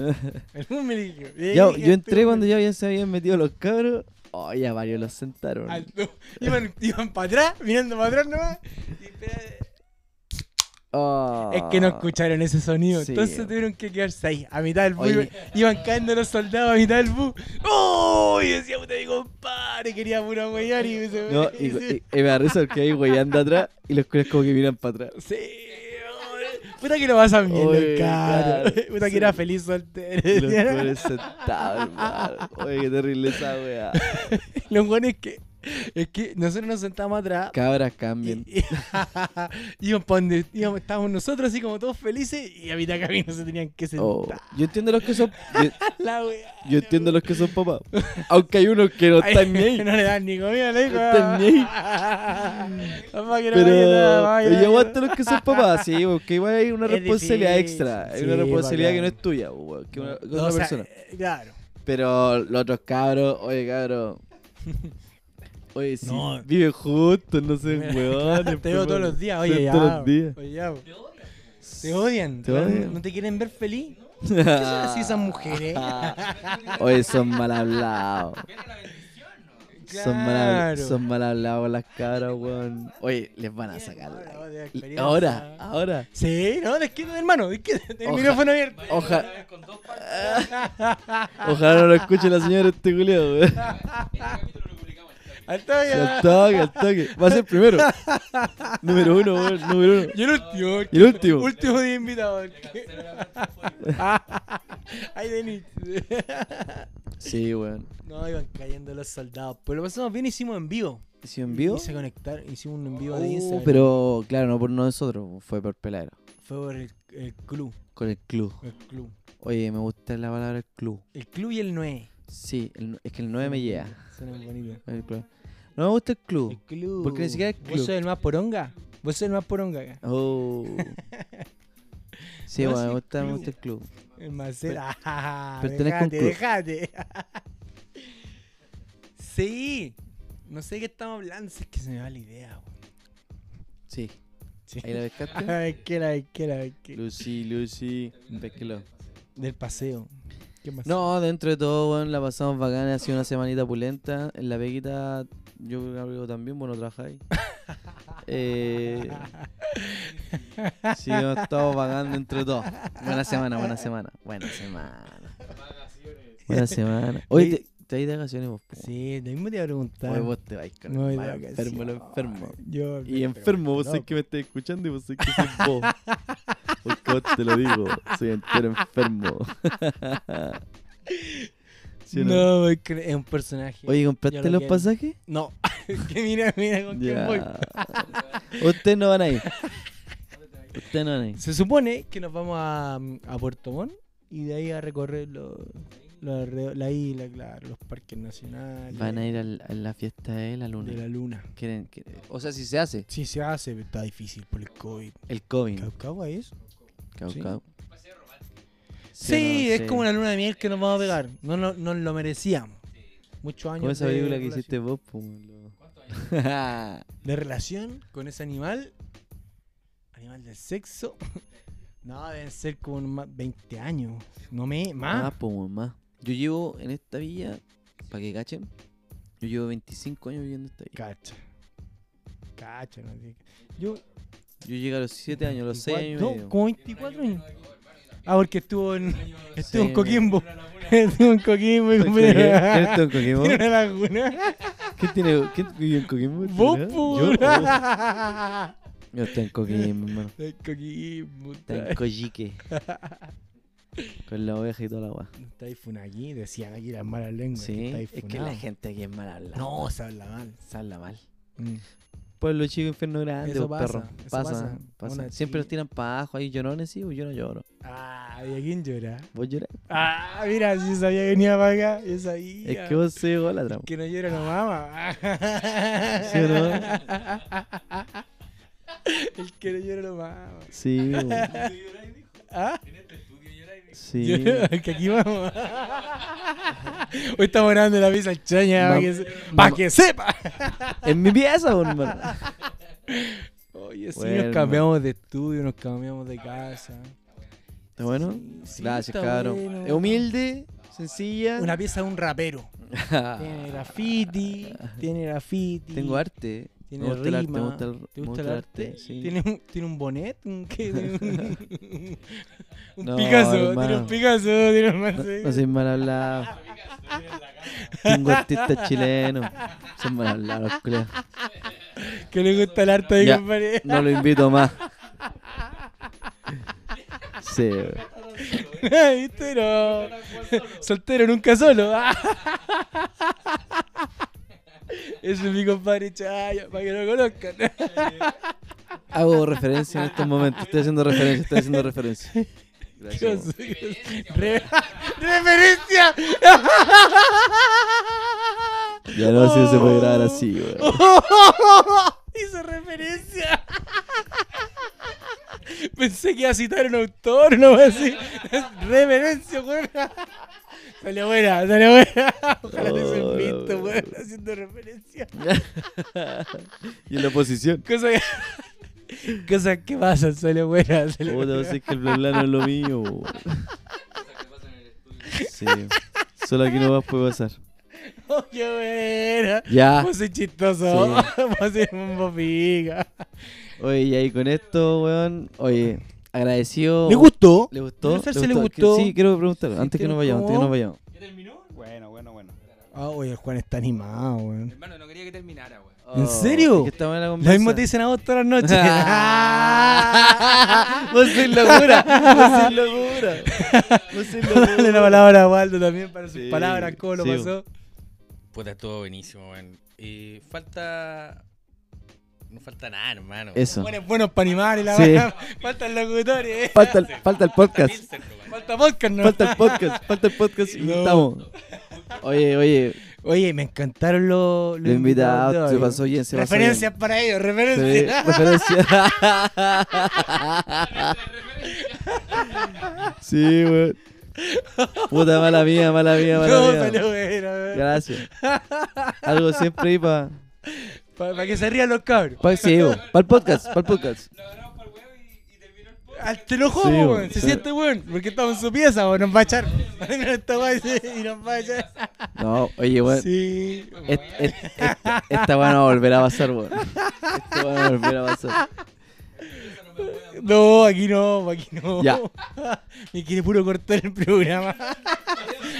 A: El bus me eligió.
B: Ya, yo
A: este
B: entré cuando ya habían- se habían metido los cabros. Oh, ya varios los sentaron.
A: Al- no, iban, iban para atrás, mirando para atrás nomás. Y espera,
B: Ah.
A: Es que no escucharon ese sonido,
B: Sí.
A: entonces tuvieron que quedarse ahí, a mitad del bus.
B: Oye.
A: Iban cayendo los soldados a mitad del bus. ¡Oh! Y decía, puta, mi compadre, quería pura huellar y se
B: No, y, y- y me da risa porque hay weyando atrás y los curas como que miran para atrás.
A: Sí, oh, puta que lo pasan bien,
B: Oye,
A: los cabros.
B: claro,
A: Puta
B: sí.
A: que era feliz soltero.
B: Y los curas sentados, hermano. Oye, qué terrible esa wea.
A: Los buenos es que, es que nosotros nos sentamos atrás.
B: Cabras cambian.
A: Y, y- iban pa' donde íbamos, estábamos nosotros así como todos felices y a mitad de camino se tenían que sentar.
B: Oh, Yo entiendo los que son. Yo,
A: La wea.
B: yo entiendo los que son papás. Aunque hay unos que no están ni ahí.
A: no le dan ni comida, le dijo.
B: No están ni ahí.
A: Papá, que no
B: Pero
A: vaya nada, papá, que no
B: yo
A: vaya
B: aguanto los que son papás, sí, porque igual hay una
A: Es
B: responsabilidad
A: difícil,
B: extra. Hay
A: sí,
B: una responsabilidad que no
A: bacán.
B: es tuya, weón, que una, que
A: nada.
B: otra
A: O sea,
B: persona.
A: eh, Claro.
B: Pero los otros cabros, oye cabros. Oye, sí,
A: No.
B: viven juntos, no sé, weón.
A: Te veo todos los días, oye, ya.
B: pues, Todos los días.
A: oye, ya. pues. Te odian.
B: Te
A: ¿Te odian?
B: odian.
A: ¿No te quieren ver feliz? ¿Qué son así esas mujeres?
B: Oye, son mal hablados. Son mal, habla-
A: Claro.
B: son mal hablados las cabras, weón. Oye, les van a sacar la-
A: Ahora, de
B: la-
A: experiencia.
B: Ahora, ahora.
A: Sí, no, desquita, hermano. Desquita, el
B: Oja-
A: micrófono abierto.
B: Ojalá. Ojalá no lo escuche la señora este culiao, weón.
A: Al toque,
B: Al
A: ah.
B: toque, al toque. Va a ser primero. Número uno, weón, número uno.
A: Y el último.
B: Y el último.
A: Último día invitado. Ay, Denis.
B: Sí, weón.
A: No, iban cayendo los soldados. Pero lo pasamos bien, hicimos en vivo.
B: ¿Sí en vivo?
A: Y se conectaron, hicimos un en vivo de
B: Oh,
A: Instagram.
B: pero claro, no por nosotros, fue por peladero.
A: Fue por el, el club.
B: Con el club.
A: El club.
B: Oye, me gusta la palabra club.
A: El club y el 9.
B: Sí, el nue- es que el 9 me llega.
A: Suena bonito.
B: El club. No me gusta el
A: El
B: club.
A: club.
B: Porque ni siquiera el club.
A: ¿Vos sos el más poronga? ¿Vos sos el más poronga acá?
B: Oh. Sí,
A: No,
B: bueno, me
A: sí,
B: gusta, me
A: club.
B: gusta el club.
A: El macera.
B: pero tenés con
A: dejate,
B: club.
A: dejate. sí. No sé de qué estamos hablando. si Es que se me va la idea, weón.
B: Sí.
A: Sí.
B: Ahí la pescaste.
A: Ay, que la, que la, que
B: Lucy, Lucy. Pesquelo.
A: Del paseo. ¿Qué más?
B: No, dentro de todo, bueno, la pasamos bacana, ha sido una semanita pulenta. En la peguita, yo creo que algo también, bueno, trabajáis. Eh, sí, hemos estado bacán dentro de todo. Buena semana, buena semana, buena semana. Buena semana. Oye,
A: Oye,
B: te, te vais de vacaciones vos, po.
A: Sí, de mismo te iba a preguntar.
B: Oye, vos te vais con
A: Me voy
B: el
A: de
B: malo
A: vacaciones.
B: enfermo, lo enfermo.
A: Yo,
B: Y enfermo, vos sabés que me estás escuchando y vos sabés que soy vos. Porque vos te lo digo, soy entero enfermo. ¿Sí o no?
A: No, voy cre- es un personaje.
B: Oye,
A: Yo
B: ¿compraste
A: lo
B: los
A: quiero.
B: pasajes?
A: No, que mira, mira con quién voy.
B: Ya. Ustedes no van a ir. Ustedes no van a ir.
A: Se supone que nos vamos a, a Puerto Montt y de ahí a recorrer los, los alrededor- la isla, claro, los parques nacionales.
B: Van a ir al- a la fiesta de la luna.
A: De la luna.
B: Quieren, que- O sea, si se hace.
A: Sí, se hace, pero está difícil por el COVID.
B: El COVID.
A: ¿Caucagua es?
B: Cau,
A: Sí.
B: cau.
A: Sí,
B: o no?
A: es como una luna de miel que nos vamos a pegar. No, no, nos lo merecíamos. Muchos años
B: Como esa
A: de
B: película que
A: relación-
B: hiciste vos, pues, po, lo- Pero
A: De relación con ese animal. Animal del sexo. No, deben ser como unos más 20 años. No me... Más.
B: Más, Ah, po, más. Yo llevo en esta villa, para que cachen, yo llevo 25 años viviendo en esta villa.
A: Cacha. Cacha. No sé. Yo...
B: Yo llegué a los 7 años, a los 6 años. y
A: no,
B: medio.
A: como 24 años. Ah, porque estuvo en... Estuvo
B: Sí,
A: en Coquimbo. Estuvo en Coquimbo y
B: ¿Quién
A: compré...
B: está en Coquimbo?
A: Tiene una laguna.
B: ¿Quién tiene? ¿Quién vive en Coquimbo?
A: Vos,
B: ¿Yo?
A: pu.
B: Oh. Yo estoy en Coquimbo, hermano.
A: De Coquimbo.
B: Está en Coyique. Con la oveja y toda la agua.
A: Está aquí, decían aquí las malas lenguas.
B: Sí,
A: está ahí
B: es que
A: funado.
B: la gente aquí es mal hablada.
A: No, se habla mal.
B: se habla mal. Mm. Pueblo chico, infierno grande,
A: Eso
B: vos,
A: pasa,
B: perro.
A: eso
B: Pasa,
A: pasa.
B: pasa.
A: Una
B: Siempre
A: chiqui-
B: nos tiran para abajo, hay llorones, sí, yo no lloro.
A: Ah, ¿y a quién llora?
B: ¿Vos llorás?
A: Ah, mira, si yo sabía que venía para acá, yo sabía.
B: Es que vos sois ególatra.
A: Que no llora no mama.
B: ¿Sí o no?
A: El que no llora no mama.
B: Sí, bo.
A: ¿Ah?
B: sí.
A: Yo- que aquí vamos. Hoy estamos grabando la pizza chaña
B: Mam-
A: para que, se- pa' que sepa.
B: en mi pieza, bo, hermano.
A: Oye, sí,
B: Bueno.
A: nos cambiamos de estudio, nos cambiamos de casa.
B: ¿Está bueno?
A: Sí, sí,
B: Gracias,
A: está
B: cabrón.
A: bueno.
B: Es humilde, sencilla.
A: Una pieza de un rapero. Tiene graffiti, tiene graffiti.
B: Ah. Tengo arte.
A: Tiene
B: me gusta el arte, me
A: rima.
B: gusta el,
A: ¿Te
B: me
A: gusta el arte?
B: sí.
A: ¿Tiene, un, ¿Tiene un bonet? ¿Un qué? un un
B: No,
A: Picasso, tiene un
B: hermano.
A: Picasso, tiene un
B: No,
A: Marcel.
B: no soy mal hablado. Tengo artistas chilenos. Son mal hablados, los culiaos.
A: Que le gusta el arte de
B: Ya.
A: compadre.
B: No lo invito más. Sí, weón.
A: ¿Viste? No. Soltero nunca solo. Ese es mi compadre Chaya, para que lo conozcan.
B: Hago referencia en estos momentos. Estoy haciendo referencia, estoy haciendo referencia.
A: Dios,
B: Gracias.
A: Dios. Re- ¡Referencia!
B: weón. Ya no sé si se puede grabar así,
A: Oh.
B: weón.
A: Hizo referencia. Pensé que iba a citar un autor, no así. Referencia, weón. Salió buena, salió buena. Ojalá te
B: Oh,
A: hayan
B: la
A: visto,
B: weá.
A: weón, haciendo referencia.
B: Y en la posición.
A: Cosas que, cosas que pasan, salió buena, salió
B: Puta,
A: buena.
B: vos sabés que el bla bla no es lo mío, weón. Sí. Solo aquí no vas puede pasar.
A: Oh, qué buena.
B: Ya.
A: Vos sois chistoso. Vos sois un bofiga.
B: Oye, y ahí con esto, weón. Oye, agradecido.
A: ¿Le gustó?
B: ¿Le gustó?
A: ¿Le gustó? ¿Le
B: Que-
A: gustó?
B: Sí, quiero preguntar.
A: Sí,
B: antes que
A: ¿te
B: nos vayamos, antes que
A: gustó?
B: nos vayamos.
D: Bueno, bueno, bueno.
A: Ah, oye, el Juan está animado, weón.
E: Hermano, no quería que terminara, weón.
A: ¿En serio?
B: Oh, Es que está buena la
A: Lo mismo
B: conversa.
A: te dicen a vos todas las noches. "Ah,
B: Vos sois locura. Vos sois locura. Vos sois locura.
A: Dale la palabra a Waldo también para sus
B: Sí,
A: palabras, cómo lo
B: sí,
A: pasó.
E: Puta, estuvo buenísimo, weón. Y falta. No falta nada, hermano.
B: Eso.
A: Buenos, buenos para animar y la
B: Sí.
A: weá. Faltan locutores. eh.
B: Falta el, falta el podcast.
E: Pilsen, weón.
A: Falta podcast, ¿no?
B: Falta el podcast. Falta el podcast y
A: No.
B: estamos. Oye, oye,
A: Oye, me encantaron los,
B: lo invitado. Se
A: de hoy.
B: pasó bien, se pasó bien.
A: Referencias para ellos,
B: Sí,
A: referencias.
B: referencia. sí, weón. Puta mala mía, mala mía, mala
A: No,
B: mía.
A: salió buena, weón.
B: Gracias. Algo siempre ahí para.
A: Para que se rían los cabros.
B: Pa, sí, para el podcast, para el podcast.
A: Al- Te lo
B: Sí,
A: juro,
B: weón,
A: weón. Se
B: sí.
A: siente, weón. Porque estamos en su pieza, weón. Nos va a echar. Va a tener esta weá y nos va a echar.
B: No, oye, weón.
A: Sí.
B: Et- et- et- esta van a volver a pasar, weón. Esta van a volver a pasar.
A: No, aquí no, aquí no.
B: Ya.
A: Me quiere puro cortar el programa.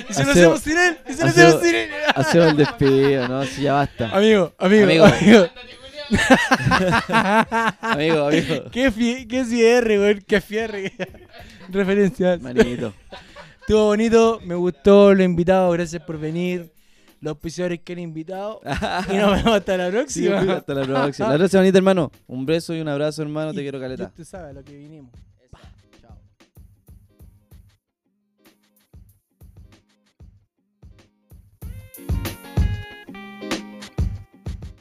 A: Y se lo
B: Haceo-
A: hacemos sin él. Y se lo
B: haceo-
A: hacemos sin él.
B: Hacemos el despido, ¿no? Si ya basta.
A: Amigo, amigo, amigo.
B: Amigo. Amigo, amigo.
A: Qué, fie- qué cierre, weón. Qué fierre. Referencias.
B: Manito.
A: Estuvo bonito, me gustó lo invitado, gracias por venir. Los auspiciadores que han invitado. Y nos vemos hasta la
B: Sí,
A: próxima.
B: hasta la próxima. La próxima, manito, hermano. Un beso y un abrazo, hermano. Te quiero caleta.
A: Tú sabes lo que vinimos.